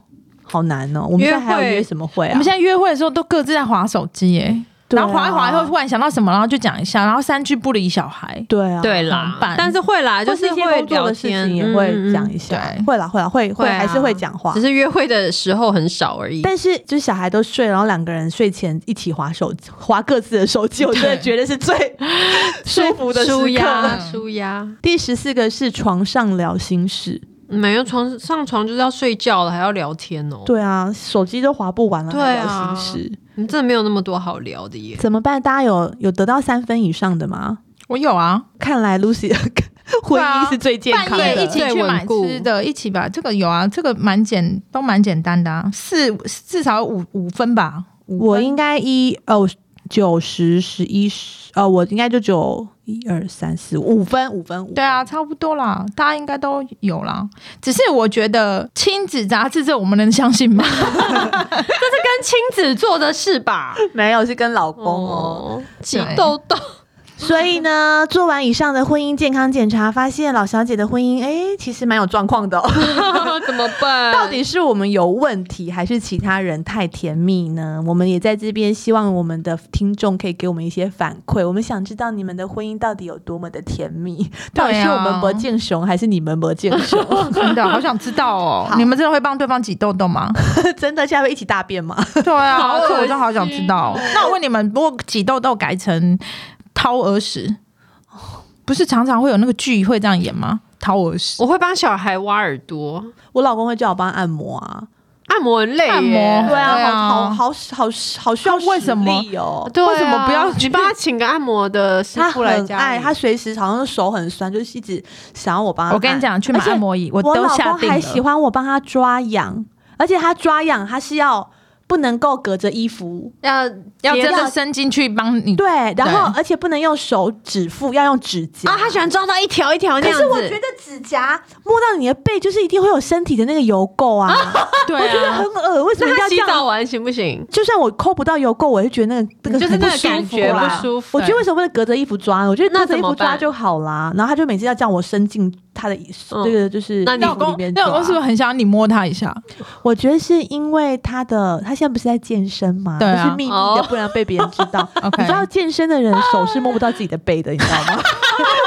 Speaker 1: 好难哦。我们现在还要
Speaker 3: 约会
Speaker 1: 约什么会啊？
Speaker 2: 我们现在约会的时候都各自在划手机耶、
Speaker 1: 对
Speaker 2: 然后滑一滑，
Speaker 1: 啊
Speaker 2: 又忽然想到什么，然后就讲一下，然后三句不离小孩。
Speaker 1: 对啊，
Speaker 3: <laughs> 对
Speaker 2: 怎
Speaker 3: 啦
Speaker 2: 么办，
Speaker 3: 但是会啦，
Speaker 1: 或
Speaker 3: 就是
Speaker 1: 一些
Speaker 3: 会
Speaker 1: 工作
Speaker 3: 聊
Speaker 1: 的事
Speaker 3: 天，
Speaker 1: 情也
Speaker 3: 嗯
Speaker 1: 会讲一下，
Speaker 2: 嗯嗯
Speaker 1: 会啦会啦会会、
Speaker 3: 会啊
Speaker 1: 还是会讲话
Speaker 3: 只。是约会的时候很少而已。
Speaker 1: 但是就是小孩都睡，然后两个人睡前一起划手机，划各自的手机，我真的
Speaker 2: 对
Speaker 1: 觉得是最舒服的时
Speaker 3: <laughs> 舒压
Speaker 1: 刻。
Speaker 3: 舒压，
Speaker 1: 第十四个是床上聊心事，
Speaker 3: 没有床上床就是要睡觉了，还要聊天哦。
Speaker 1: 对啊，手机都划不完了，
Speaker 3: 对
Speaker 1: 还
Speaker 3: 啊
Speaker 1: 聊心事、
Speaker 3: 你真的没有那么多好聊的耶。
Speaker 1: 怎么办？大家有有得到三分以上的吗？
Speaker 2: 我有啊，
Speaker 1: 看来 Lucy 的婚姻是最健康
Speaker 2: 半夜
Speaker 1: 的。
Speaker 2: 一起去买吃的，一起吧。这个有啊，这个蛮简，都蛮简单的、啊，四至少五五分吧。五分
Speaker 1: 我应该一哦九十十一十哦，我应该就九一二三四五分五分五。
Speaker 2: 对啊，差不多啦，大家应该都有啦。只是我觉得亲子杂志这我们能相信吗？
Speaker 3: 跟亲子做的事吧，
Speaker 1: 没有是跟老公哦。
Speaker 3: 哦，挤痘痘，
Speaker 1: 所以呢，做完以上的婚姻健康检查，发现老小姐的婚姻哎其实蛮有状况的、哦。
Speaker 3: 怎么办？
Speaker 1: 到底是我们有问题，还是其他人太甜蜜呢？我们也在这边希望我们的听众可以给我们一些反馈。我们想知道你们的婚姻到底有多么的甜蜜，
Speaker 2: 啊
Speaker 1: 到底是我们不见熊，还是你们不见
Speaker 2: <laughs>
Speaker 1: 熊？
Speaker 2: 真的好想知道哦，
Speaker 1: 好
Speaker 2: 你们真的会帮对方挤痘痘吗？
Speaker 1: 真的下会一起大便吗？
Speaker 2: 对啊，
Speaker 3: 好
Speaker 2: 这我
Speaker 3: 恶
Speaker 2: 真的好想知道哦。
Speaker 3: 心哦
Speaker 2: 那我问你们，如果挤痘痘改成掏耳屎，不是常常会有那个剧会这样演吗？掏耳屎。
Speaker 3: <laughs> 我会帮小孩挖耳朵，
Speaker 1: 我老公会叫我帮他按摩啊，
Speaker 3: 按摩很累耶，
Speaker 2: 按摩
Speaker 1: 对啊，
Speaker 2: 对啊
Speaker 1: 好好好好好需要
Speaker 2: 他为什么
Speaker 1: 实力哦？
Speaker 3: 对啊
Speaker 2: 为什么不要
Speaker 3: <laughs> 你帮他请个按摩的师
Speaker 1: 他
Speaker 3: 傅来
Speaker 1: 很
Speaker 3: 家
Speaker 1: 爱，
Speaker 3: 里
Speaker 1: 他随时好像手很酸，就是一直想要我帮他。
Speaker 2: 我跟你，讲，去买
Speaker 1: 而且
Speaker 2: 按摩椅，
Speaker 1: 我
Speaker 2: 都
Speaker 1: 老
Speaker 2: 下
Speaker 1: 公
Speaker 2: 定
Speaker 1: 还
Speaker 2: 了。
Speaker 1: 喜欢我帮他抓痒，而且他抓痒他是要不能够隔着衣服，
Speaker 3: 要
Speaker 2: 要
Speaker 3: 别
Speaker 2: 真
Speaker 3: 的
Speaker 2: 的伸进去帮你。
Speaker 1: 对，然后而且不能用手指腹，要用指甲。
Speaker 3: 啊，他喜欢装到一条一条那
Speaker 1: 可
Speaker 3: 样
Speaker 1: 是
Speaker 3: 子。
Speaker 1: 我觉得指甲摸到你的背，就是一定会有身体的那个油垢啊，
Speaker 2: 对啊
Speaker 1: <laughs> 很，
Speaker 3: <laughs>
Speaker 1: 恶为什么一定要
Speaker 3: 那他
Speaker 1: 这
Speaker 3: 洗澡
Speaker 1: 样？
Speaker 3: 完行不行？
Speaker 1: 就算我抠不到油垢，我就觉得那个那个
Speaker 3: 就是
Speaker 1: 很
Speaker 3: 那个
Speaker 1: 舒
Speaker 3: 感
Speaker 1: 服
Speaker 3: 觉
Speaker 1: 啦
Speaker 3: 不舒服
Speaker 1: 我觉得为什么不能隔着衣服抓？我觉得
Speaker 3: 那
Speaker 1: 隔着衣
Speaker 3: 怎
Speaker 1: 服
Speaker 3: 么
Speaker 1: 抓
Speaker 3: 办
Speaker 1: 就好啦。然后他就每次要叫我伸进他的这个就是
Speaker 3: 那
Speaker 1: 衣
Speaker 3: 你
Speaker 2: 那老
Speaker 1: 服里
Speaker 2: 公
Speaker 1: 面，
Speaker 2: 那
Speaker 1: 抓。
Speaker 2: 老公是不是很想你摸他一下？
Speaker 1: 我觉得是因为他的他现在不是在健身吗？
Speaker 2: 对啊
Speaker 1: 就是秘密的，
Speaker 3: 哦
Speaker 1: 不然被别人知道。
Speaker 2: <laughs> OK
Speaker 1: 你知道健身的人手是摸不到自己的背的，你知道
Speaker 2: <laughs>
Speaker 1: 吗？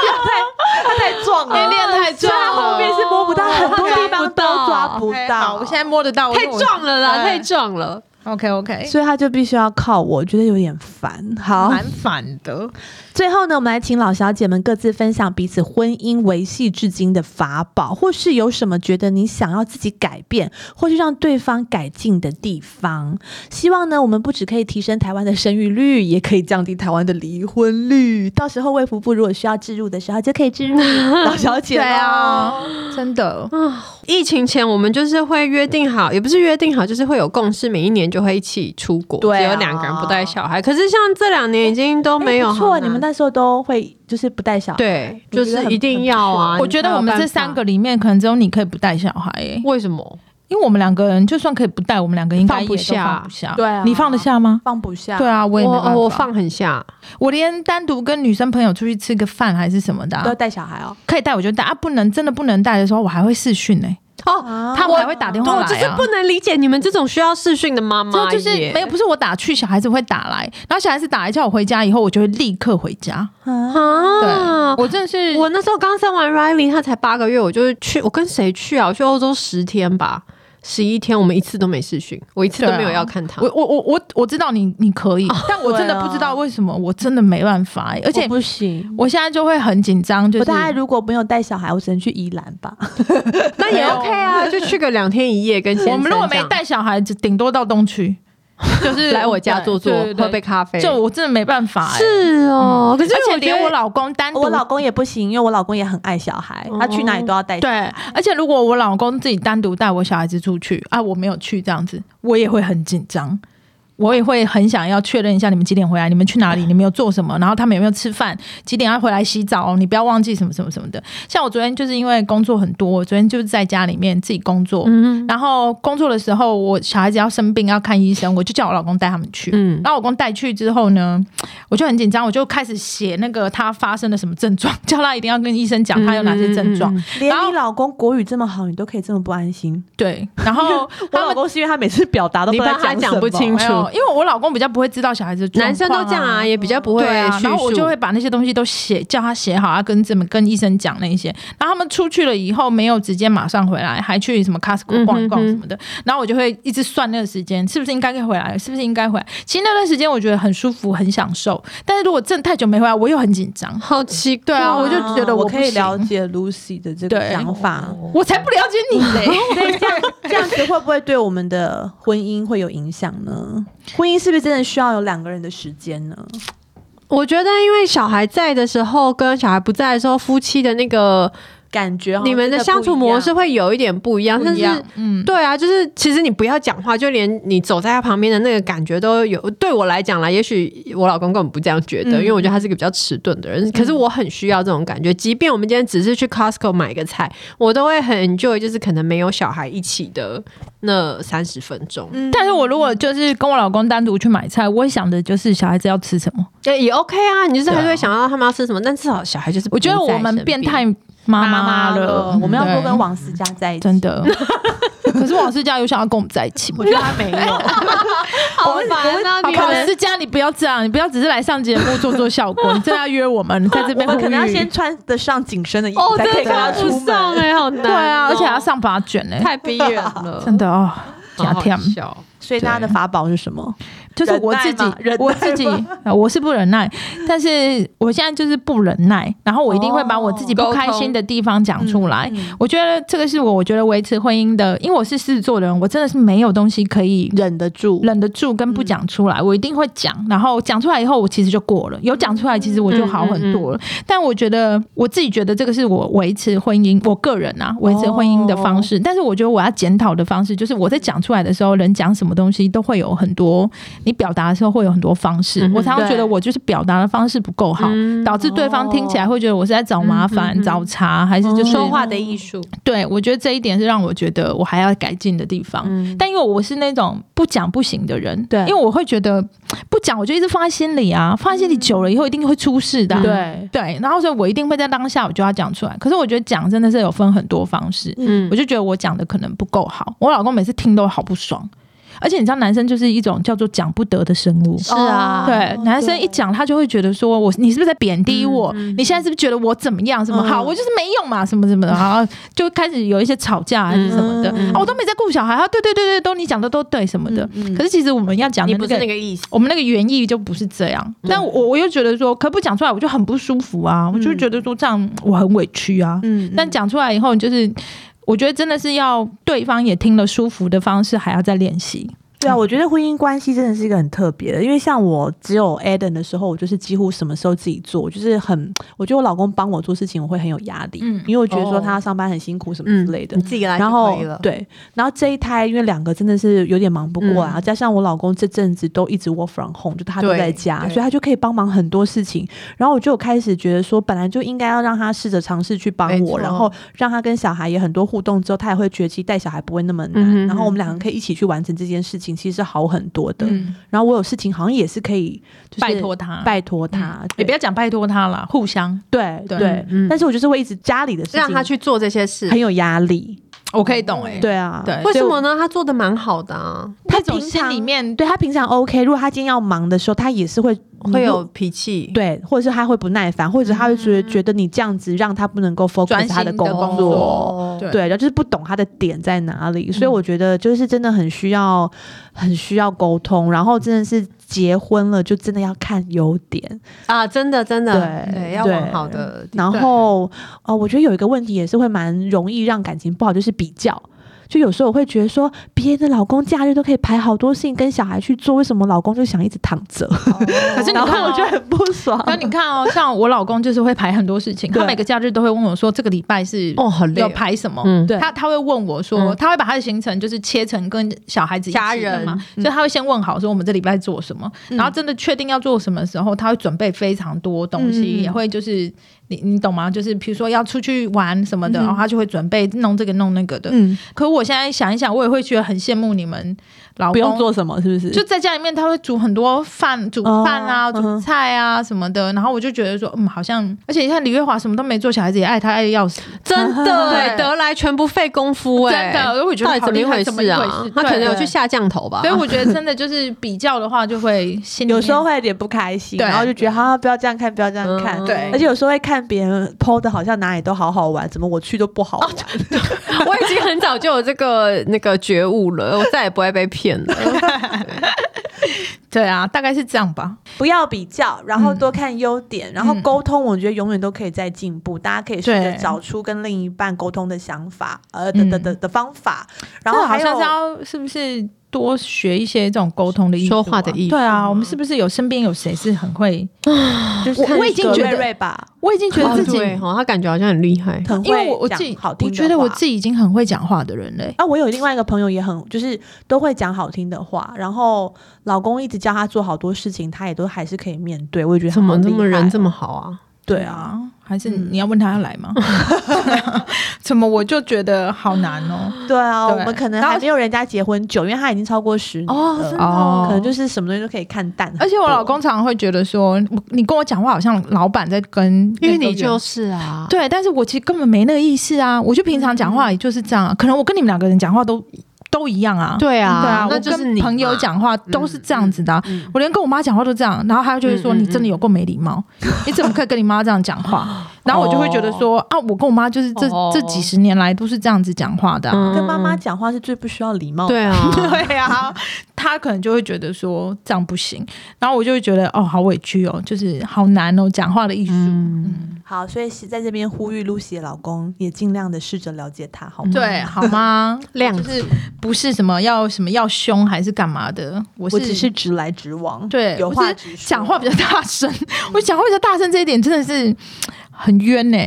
Speaker 1: 他太他太壮了，
Speaker 2: 啊
Speaker 3: 练太
Speaker 1: 所以哦他后面是摸不到，很多地方都抓不到。
Speaker 2: 哎我现哎在摸得到，
Speaker 3: 太壮了啦，
Speaker 2: 对
Speaker 3: 太壮了。
Speaker 2: OK OK，
Speaker 1: 所以他就必须要靠我，我觉得有点烦。好，
Speaker 2: 蛮反的。
Speaker 1: 最后呢，我们来请老小姐们各自分享彼此婚姻维系至今的法宝，或是有什么觉得你想要自己改变，或是让对方改进的地方。希望呢，我们不只可以提升台湾的生育率，也可以降低台湾的离婚率。到时候卫福部如果需要置入的时候，就可以置入老小姐
Speaker 2: 对
Speaker 1: 了。
Speaker 2: 啊，真的，
Speaker 3: 疫情前我们就是会约定好，也不是约定好，就是会有共识，每一年就会一起出国，
Speaker 1: 对啊
Speaker 3: 只有两个人不带小孩。可是像这两年已经
Speaker 2: 哦
Speaker 3: 都
Speaker 1: 哎
Speaker 3: 没有，
Speaker 1: 不
Speaker 3: 好
Speaker 1: 错，你
Speaker 3: 难
Speaker 1: 们那时候都会就是不带小孩，
Speaker 3: 对，
Speaker 1: 我觉
Speaker 3: 就
Speaker 1: 得
Speaker 3: 是
Speaker 1: 很
Speaker 3: 一定要啊。
Speaker 2: 我觉得我们这
Speaker 3: 你才有
Speaker 2: 三
Speaker 3: 办法
Speaker 2: 个里面，可能只有你可以不带小孩诶，
Speaker 3: 为什么？
Speaker 2: 因为我们两个人就算可以不带，我们两个应该
Speaker 3: 放不
Speaker 2: 也都
Speaker 3: 下
Speaker 2: 放不下。
Speaker 1: 对啊
Speaker 2: 你放得下吗？
Speaker 1: 放不下。
Speaker 2: 对啊，我也没
Speaker 3: 我
Speaker 2: 办法
Speaker 3: 我放很下，
Speaker 2: 我连单独跟女生朋友出去吃个饭还是什么的啊
Speaker 1: 都，要带小孩哦。
Speaker 2: 可以带我就带啊，不能真的不能带的时候，我还会视讯呢。
Speaker 3: 哦。
Speaker 2: 他们还会打电话来
Speaker 3: 我
Speaker 2: 啊。
Speaker 3: 就是不能理解你们这种需要视讯的妈
Speaker 2: 就
Speaker 3: 妈耶，
Speaker 2: 就是没有，不是我打去，小孩子会打来，然后小孩子打来叫我回家以后，我就会立刻回家。
Speaker 1: 啊
Speaker 3: 啊！
Speaker 2: 对，我真的是
Speaker 3: 我那时候刚生完 Riley，他才八个月，我就是去，我跟谁去啊？我去欧洲十天吧，十一天，我们一次都没试训，我一次都没有要看他。
Speaker 2: 我我我我我知道你你可以，但我真
Speaker 1: 对
Speaker 2: 的
Speaker 1: 啊
Speaker 2: 不知道为什么，我真的没办法、欸而
Speaker 1: 我
Speaker 2: 且
Speaker 1: 不行，
Speaker 2: 我现在就会很紧张，就
Speaker 1: 我
Speaker 2: 是
Speaker 1: 大概如果没有带小孩，我只能去宜兰吧。
Speaker 3: 那也 OK 啊，就去个两天一夜跟先生
Speaker 2: 我们如果没带小孩，子，顶多到东区，就
Speaker 3: 这
Speaker 2: 是
Speaker 3: 样，来我家坐坐，
Speaker 2: 对对对
Speaker 3: 喝杯咖啡。
Speaker 2: 就我真的没办法、欸，
Speaker 3: 是哦，可是
Speaker 2: 而且
Speaker 3: 我觉
Speaker 2: 连我
Speaker 3: 得
Speaker 2: 老公单独
Speaker 1: 哎我老公也不行，因为我老公也很爱小孩，他去哪里都要带。
Speaker 2: 哦对，而且如果我老公自己单独带我小孩子出去啊，我没有去这样子，我也会很紧张，我也会很想要确认一下你们几点回来，你们去哪里，你们有做什么，然后他们有没有吃饭，几点要回来洗澡哦，你不要忘记什么什么什么的。像我昨天就是因为工作很多，我昨天就是在家里面自己工作，然后工作的时候我小孩子要生病要看医生，我就叫我老公带他们去，
Speaker 3: 嗯，
Speaker 2: 然后我公带去之后呢，我就很紧张，我就开始写那个他发生了什么症状， <laughs> 叫他一定要跟医生讲他有哪些症状。
Speaker 3: 嗯？嗯嗯
Speaker 1: 连
Speaker 2: 然后
Speaker 1: 你老公国语这么好，你都可以这么不安心。
Speaker 2: 对，然后
Speaker 1: 我
Speaker 2: 他
Speaker 1: 老
Speaker 2: 们
Speaker 3: <laughs>
Speaker 1: 公是因为他每次表达都
Speaker 3: 你
Speaker 1: 不知道
Speaker 3: 帮他
Speaker 1: 讲
Speaker 3: 讲不
Speaker 1: 什么哎
Speaker 3: 清
Speaker 2: 没有，因为我老公比较不会知道小孩子的状况、
Speaker 3: 男生都这样啊，也比较不会
Speaker 2: 对啊，
Speaker 3: 叙
Speaker 2: 然后我
Speaker 3: 述
Speaker 2: 就会把那些东西都写，叫他写好啊，跟怎么跟医生讲那些。然后他们出去了以后，没有直接马上回来，还去什么 Costco
Speaker 3: 嗯哼
Speaker 2: 逛一逛
Speaker 3: 哼
Speaker 2: 什么的。然后我就会一直算那个时间，是不是应该回来？是不是应该回来？其实那段时间我觉得很舒服，很享受。但是如果真的太久没回来，我又很紧张。
Speaker 3: 好奇怪
Speaker 2: 对啊，我就觉得
Speaker 1: 我
Speaker 2: 不
Speaker 1: 可以
Speaker 2: 行
Speaker 1: 了，解 Lucy 的这个
Speaker 2: 对
Speaker 1: 想法，
Speaker 3: 哦
Speaker 2: 我才不了解你嘞。
Speaker 1: 所以这样这样子会不会对我们的婚姻会有影响呢？婚姻是不是真的需要有两个人的时间呢？
Speaker 3: 我觉得，因为小孩在的时候跟小孩不在的时候，夫妻的那个
Speaker 1: 感觉好像
Speaker 3: 你们的
Speaker 1: 真不
Speaker 3: 相
Speaker 1: 一
Speaker 3: 处模式
Speaker 1: 样
Speaker 3: 会有一点不一样，
Speaker 2: 不
Speaker 3: 但
Speaker 2: 一样
Speaker 3: 是。，
Speaker 2: 嗯，
Speaker 3: 对啊，就是其实你不要讲话，就连你走在他旁边的那个感觉都有。对我来讲啦，也许我老公根本不这样觉得，
Speaker 2: 嗯
Speaker 3: 因为我觉得他是一个比较迟钝的人。
Speaker 1: 嗯
Speaker 3: 可是我很需要这种感觉，即便我们今天只是去 Costco 买个菜，我都会很 enjoy，就是可能没有小孩一起的那三十分钟。
Speaker 1: 嗯
Speaker 2: 但是我如果就是跟我老公单独去买菜，我会想的就是小孩子要吃什么。
Speaker 3: 对，也 OK 啊，你就是还是会想到他们要吃什么，但至少小孩就是
Speaker 2: 我觉得
Speaker 3: 不在
Speaker 2: 我们
Speaker 3: 身
Speaker 2: 变
Speaker 3: 边
Speaker 2: 态妈
Speaker 1: 妈
Speaker 2: 了
Speaker 1: 了，，我们要多
Speaker 2: 对
Speaker 1: 跟王思佳在一起。
Speaker 2: 真的。 <laughs> 可是王思佳有想要跟我们在一起吗
Speaker 1: 我？觉得
Speaker 2: <laughs>
Speaker 1: 他没有，
Speaker 3: 好烦啊！
Speaker 2: 好
Speaker 3: 你
Speaker 2: 不好
Speaker 3: 们
Speaker 2: 思佳，你不要这样，你不要只是来上节目做做效果，你真的要约我们，你在这
Speaker 1: 我
Speaker 2: 边
Speaker 1: 们
Speaker 2: 呼
Speaker 1: 可
Speaker 2: 吁
Speaker 1: 能要先穿得上紧身的衣
Speaker 3: 哦，
Speaker 1: 服才可以
Speaker 3: 真的
Speaker 1: 跟他
Speaker 3: 穿
Speaker 1: 出
Speaker 3: 不
Speaker 1: 门。
Speaker 3: 上哎，好难哦。
Speaker 2: 对啊，而且还要上法卷呢，
Speaker 3: 太逼人
Speaker 1: <laughs>
Speaker 3: 了，
Speaker 2: 真的哦，
Speaker 3: 好
Speaker 2: 假
Speaker 3: 好
Speaker 2: 天，
Speaker 3: 笑。
Speaker 1: 所以大家的法宝是什么？
Speaker 2: 就是我自己
Speaker 1: 忍耐嘛，
Speaker 2: 我自己
Speaker 1: 忍耐，
Speaker 2: 呃我是不忍耐，但是我现在就是不忍耐，然后我一定会把我自己不开心的地方讲出来
Speaker 1: 嗯嗯。
Speaker 2: 我觉得这个是我，我觉得维持婚姻的，因为我是狮子座的人，我真的是没有东西可以
Speaker 1: 忍得住，
Speaker 2: 忍得住跟
Speaker 3: 嗯
Speaker 2: 不讲出来，我一定会讲。然后讲出来以后，我其实就过了。
Speaker 3: 嗯
Speaker 2: 有讲出来，其实我就好很多了。但我觉得我自己觉得这个是我维持婚姻，我个人啊维持婚姻的方
Speaker 3: 哦
Speaker 2: 式。但是我觉得我要检讨的方式，就是我在讲出来的时候，人讲什么东西都会有很多，你表达的时候会有很多方式。
Speaker 3: 嗯哼
Speaker 2: 我常常觉得
Speaker 1: 对
Speaker 2: 我就是表达的方式不够好。
Speaker 3: 嗯
Speaker 2: 导致对方听起来会觉得我是在找麻烦、
Speaker 3: 嗯哦嗯嗯
Speaker 2: 找茬，还是就是、
Speaker 3: 说话的艺术，
Speaker 2: 对我觉得这一点是让我觉得我还要改进的地方。
Speaker 3: 嗯，
Speaker 2: 但因为我是那种不讲不行的人，
Speaker 1: 对
Speaker 2: 因为我会觉得不讲我就一直放在心里啊，放在心里久了以后一定会出事的啊、
Speaker 3: 嗯
Speaker 1: 对，
Speaker 2: 对，然后所以我一定会在当下我就要讲出来。可是我觉得讲真的是有分很多方式，
Speaker 3: 嗯
Speaker 2: 我，就觉得我讲的可能不够好，我老公每次听都好不爽。而且你知道，男生就是一种叫做讲不得的生物。
Speaker 3: 是
Speaker 1: 哦
Speaker 3: 啊，
Speaker 2: 对，男生一讲他就会觉得说我你是不是在贬低我？
Speaker 3: 嗯
Speaker 2: 你现在是不是觉得我怎么样？什么、
Speaker 1: 嗯
Speaker 2: 好，我就是没用嘛，什么什么的，然后就开始有一些吵架还是什么的。
Speaker 1: 嗯
Speaker 2: 啊，我都没在顾小孩，啊，对对对对，都你讲的都对什么的。
Speaker 1: 嗯嗯
Speaker 2: 可是其实我们要讲的
Speaker 3: 你
Speaker 2: 那
Speaker 3: 不
Speaker 2: 个，
Speaker 3: 是那个意思，
Speaker 2: 我们那个原意就不是这样。但我我又觉得说，可不讲出来我就很不舒服啊，我就觉得说这样我很委屈啊。
Speaker 1: 嗯
Speaker 2: 但
Speaker 1: 嗯
Speaker 2: 讲出来以后，就是我觉得真的是要对方也听了舒服的方式，还要再练习。
Speaker 1: 对啊，我觉得婚姻关系真的是一个很特别的，因为像我只有 Eden 的时候，我就是几乎什么时候自己做，我就是很，我觉得我老公帮我做事情，我会很有压力，
Speaker 2: 嗯
Speaker 1: 因为我觉得说
Speaker 3: 哦
Speaker 1: 他上班很辛苦什么之类的。
Speaker 3: 你自己来就
Speaker 1: 然后
Speaker 3: 可以了，
Speaker 1: 对，然后这一胎因为两个真的是有点忙不过来，
Speaker 3: 嗯
Speaker 1: 加上我老公这阵子都一直 work from home，就他都
Speaker 3: 对
Speaker 1: 在家，
Speaker 3: 对
Speaker 1: 所以他就可以帮忙很多事情。然后我就有开始觉得说，本来就应该要让他试着尝试去帮
Speaker 3: 没
Speaker 1: 我，
Speaker 3: 错
Speaker 1: 然后让他跟小孩也很多互动之后，他也会觉得其实带小孩不会那么难。
Speaker 3: 嗯哼
Speaker 1: 然后我们两个可以一起去完成这件事情，其实是好很多的。
Speaker 2: 嗯，
Speaker 1: 然后我有事情好像也是可以，就是
Speaker 2: 拜托他，嗯
Speaker 1: 拜托他，
Speaker 2: 也不
Speaker 1: 对
Speaker 2: 要讲拜托他啦，互相。
Speaker 1: 对
Speaker 2: 对
Speaker 1: 对。
Speaker 3: 嗯
Speaker 1: 但是我就是会一直家里的事情
Speaker 3: 让他去做这些事
Speaker 1: 很，有压力，
Speaker 2: 我可以懂哎、
Speaker 1: 对啊，
Speaker 2: 对
Speaker 3: 为
Speaker 1: 所以
Speaker 3: 什
Speaker 1: 我
Speaker 3: 么呢？他做的蛮好的啊，
Speaker 2: 他
Speaker 1: 他
Speaker 2: 总
Speaker 1: 平
Speaker 2: 心
Speaker 1: 常
Speaker 2: 里面
Speaker 1: 对他平常 OK，如果他今天要忙的时候，他也是会
Speaker 3: 会有脾气，
Speaker 1: 对，或者是他会不耐烦，或者他会觉得、觉得你这样子让他不能够 focus
Speaker 2: 专
Speaker 1: 他
Speaker 2: 心
Speaker 1: 工
Speaker 2: 的工
Speaker 1: 作。
Speaker 3: 哦
Speaker 2: 对
Speaker 1: 对，然后就是不懂他的点在哪里，所以
Speaker 2: 嗯
Speaker 1: 我觉得就是真的很需要，很需要沟通，然后真的是结婚了就真的要看优点，
Speaker 3: 啊，真的真的，
Speaker 1: 对
Speaker 3: 对，要
Speaker 1: 对
Speaker 3: 往好的地方，
Speaker 1: 然后呃，我觉得有一个问题也是会蛮容易让感情不好，就是比较。就有时候我会觉得说，别人的老公假日都可以排好多事情跟小孩去做，为什么老公就想一直躺着？
Speaker 2: 可是你
Speaker 1: 然
Speaker 2: 看
Speaker 1: 后我
Speaker 2: 哦
Speaker 1: 就 <laughs> 很不爽。
Speaker 2: 可你看哦，像我老公就是会排很多事情，他
Speaker 1: 对
Speaker 2: 每个假日都会问我说这个礼拜是
Speaker 3: 哦，很累
Speaker 2: 有
Speaker 3: 哦，
Speaker 2: 排什么。
Speaker 3: 嗯，
Speaker 1: 对
Speaker 2: 他他会问我说，
Speaker 3: 嗯
Speaker 2: 他会把他的行程就是切成跟小孩子一起的
Speaker 3: 家人
Speaker 1: 嗯
Speaker 2: 嘛，所以他会先问好说我们这礼拜做什么，然后真的确定要做什么的时候，他会准备非常多东西，
Speaker 1: 嗯嗯嗯
Speaker 2: 也会就是你你懂吗？就是比如说要出去玩什么的，
Speaker 1: 嗯哼
Speaker 2: 然后他就会准备弄这个弄那个的。
Speaker 1: 嗯，
Speaker 2: 可我现在想一想，我也会觉得很羡慕你们老公，
Speaker 1: 不用做什么，是不是？
Speaker 2: 就在家里面，他会煮很多饭，煮
Speaker 1: 哦
Speaker 2: 饭啊，
Speaker 1: 嗯哼
Speaker 2: 煮菜啊什么的。然后我就觉得说，嗯，好像，而且你看李月华什么都没做，小孩子也爱他爱的要死，
Speaker 3: 真 <laughs> 的哎、
Speaker 2: 对
Speaker 3: 得来全不费工夫哎、
Speaker 2: 真的，我觉
Speaker 3: 到
Speaker 2: 得
Speaker 3: 底怎么一
Speaker 2: 好厉害
Speaker 3: 回
Speaker 2: 怎么
Speaker 3: 事
Speaker 2: 一回
Speaker 3: 啊？他可能有去。下降头吧
Speaker 2: 对。所以我觉得真的就是比较的话，就会心里面
Speaker 1: 有时候会有点不开心，
Speaker 2: 对
Speaker 1: 然后就觉得哈、啊，不要这样看，不要这样看。
Speaker 3: 嗯
Speaker 2: 对
Speaker 1: 而且有时候会看别人 PO 的，好像哪里都好好玩，怎么我去都不好
Speaker 2: 哦
Speaker 1: 玩？
Speaker 3: 我已经很早就有这个那个觉悟了，我再也不会被骗了。
Speaker 2: 对啊，大概是这样吧。
Speaker 1: 不要比较，然后
Speaker 2: 嗯
Speaker 1: 多看优点，然后
Speaker 2: 嗯
Speaker 1: 沟通，我觉得永远都可以再进步。大家可以试着
Speaker 2: 对
Speaker 1: 找出跟另一半沟通的想法，呃的
Speaker 2: 嗯
Speaker 1: 的的的方法，然
Speaker 2: 然
Speaker 1: 后
Speaker 2: 后好
Speaker 1: 还有
Speaker 2: 像是要是不是多学一些这种沟通的艺术、
Speaker 3: 说话的艺术
Speaker 2: 对啊，我们是不是有身边有谁是很会？
Speaker 1: 就是
Speaker 2: 我
Speaker 1: 看
Speaker 2: 我已经
Speaker 1: 葛
Speaker 2: 觉
Speaker 1: 瑞
Speaker 2: 得
Speaker 1: 瑞吧，
Speaker 2: 我已经觉
Speaker 3: 哦
Speaker 2: 得自己，
Speaker 3: 对哦，他感觉好像很厉害。
Speaker 1: 很
Speaker 2: 因为我
Speaker 1: 会
Speaker 2: 我
Speaker 1: 讲
Speaker 2: 自己
Speaker 1: 好，听
Speaker 2: 我
Speaker 1: 的
Speaker 2: 觉得我
Speaker 1: 话
Speaker 2: 自己已经很会讲话的人嘞。
Speaker 1: 啊，我有另外一个朋友也很，就是都会讲好听的话，然后老公一直教她做好多事情，她也都还是可以面对。我也觉得
Speaker 3: 怎么
Speaker 1: 这
Speaker 3: 这么人这
Speaker 1: 么
Speaker 3: 么好啊？
Speaker 1: 对啊？，
Speaker 2: 还是
Speaker 1: 嗯
Speaker 2: 你要问他要来吗？ <laughs> 怎么我就觉得好难哦？
Speaker 1: 对啊，
Speaker 2: 对
Speaker 1: 我们可能
Speaker 2: 然后
Speaker 1: 还没有人家结婚久，因为他已经超过十年了
Speaker 3: 真的
Speaker 2: 哦
Speaker 1: 可能就是什么东西都可以看淡。
Speaker 2: <laughs> 而且啊我老公常常会觉得说，我你跟我讲话好像老板在跟那个员，
Speaker 3: 是啊，
Speaker 2: 对，但是我其实根本没那个意思啊。我就平常讲
Speaker 3: 嗯
Speaker 2: 话也就是这样啊，可能我跟你们两个人讲话都都一样啊。
Speaker 3: 对啊，
Speaker 2: 对啊，
Speaker 3: 那
Speaker 2: 我
Speaker 3: 就是
Speaker 2: 跟
Speaker 3: 你
Speaker 2: 朋友
Speaker 3: 嘛，
Speaker 2: 讲话都是这样子的啊、
Speaker 3: 嗯嗯
Speaker 2: 我连跟我妈讲话都这样，然后她就会说：“
Speaker 3: 嗯嗯
Speaker 2: 你真的有够没礼貌，
Speaker 3: 嗯
Speaker 2: 你怎么可以跟你妈这样讲
Speaker 3: <laughs>
Speaker 2: 话？”然后我就会觉得说：“啊，我跟我妈就是这、
Speaker 3: 哦
Speaker 2: 这几十年来都是这样子讲话的啊、
Speaker 3: 嗯
Speaker 1: 跟妈妈讲话是最不需要礼貌的。
Speaker 3: 对啊，
Speaker 2: 嗯 <laughs> 对啊，他可能就会觉得说这样不行，然后我就会觉得哦，好委屈哦，就是好难哦，讲话的艺术。
Speaker 3: 嗯，
Speaker 1: <laughs> 好，所以是在这边呼吁露西的老公也尽量的试着了解她，好吗？
Speaker 2: 对，好吗？
Speaker 1: <laughs>
Speaker 3: 量
Speaker 2: 就是不是什么要什么要凶还是干嘛的？我是
Speaker 1: 我只是直来直往，
Speaker 2: 对
Speaker 1: 有
Speaker 2: 我
Speaker 1: 话
Speaker 2: 是
Speaker 1: 直说
Speaker 2: 讲话比较大声，
Speaker 1: 嗯
Speaker 2: 我讲话比较大声这一点真的是很冤呢、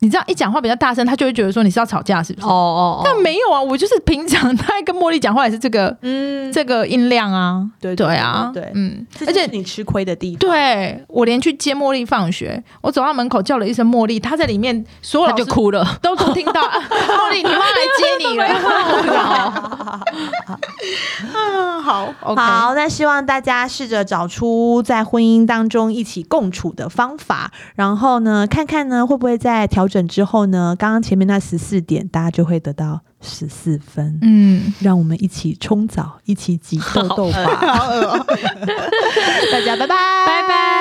Speaker 2: 你这样一讲话比较大声，他就会觉得说你是要吵架是不是？
Speaker 3: 哦哦，
Speaker 2: 但没有啊，我就是平常他跟茉莉讲话也是这个
Speaker 1: 嗯，
Speaker 2: 这个音量啊，
Speaker 1: 对
Speaker 2: 对啊，
Speaker 1: 对对对
Speaker 2: 嗯，
Speaker 1: 这
Speaker 2: 而
Speaker 1: 就
Speaker 2: 且
Speaker 1: 是你吃亏的地方。
Speaker 2: 对我连去接茉莉放学，我走到门口叫了一声茉莉，她在里面所有
Speaker 3: 他
Speaker 2: 老
Speaker 3: 就
Speaker 2: 师
Speaker 3: 哭了，
Speaker 2: 都都
Speaker 3: <laughs>
Speaker 2: 听到，啊茉莉你妈来接你了。嗯， <laughs> 好，OK，
Speaker 1: 好，那希望大家试着找出在婚姻当中一起共处的方法，然后呢，看看呢会不会在调整之后呢，刚刚前面那十四点，大家就会得到十四分。
Speaker 2: 嗯，
Speaker 1: 让我们一起冲澡，一起挤痘痘吧！大家拜拜，
Speaker 3: 拜拜。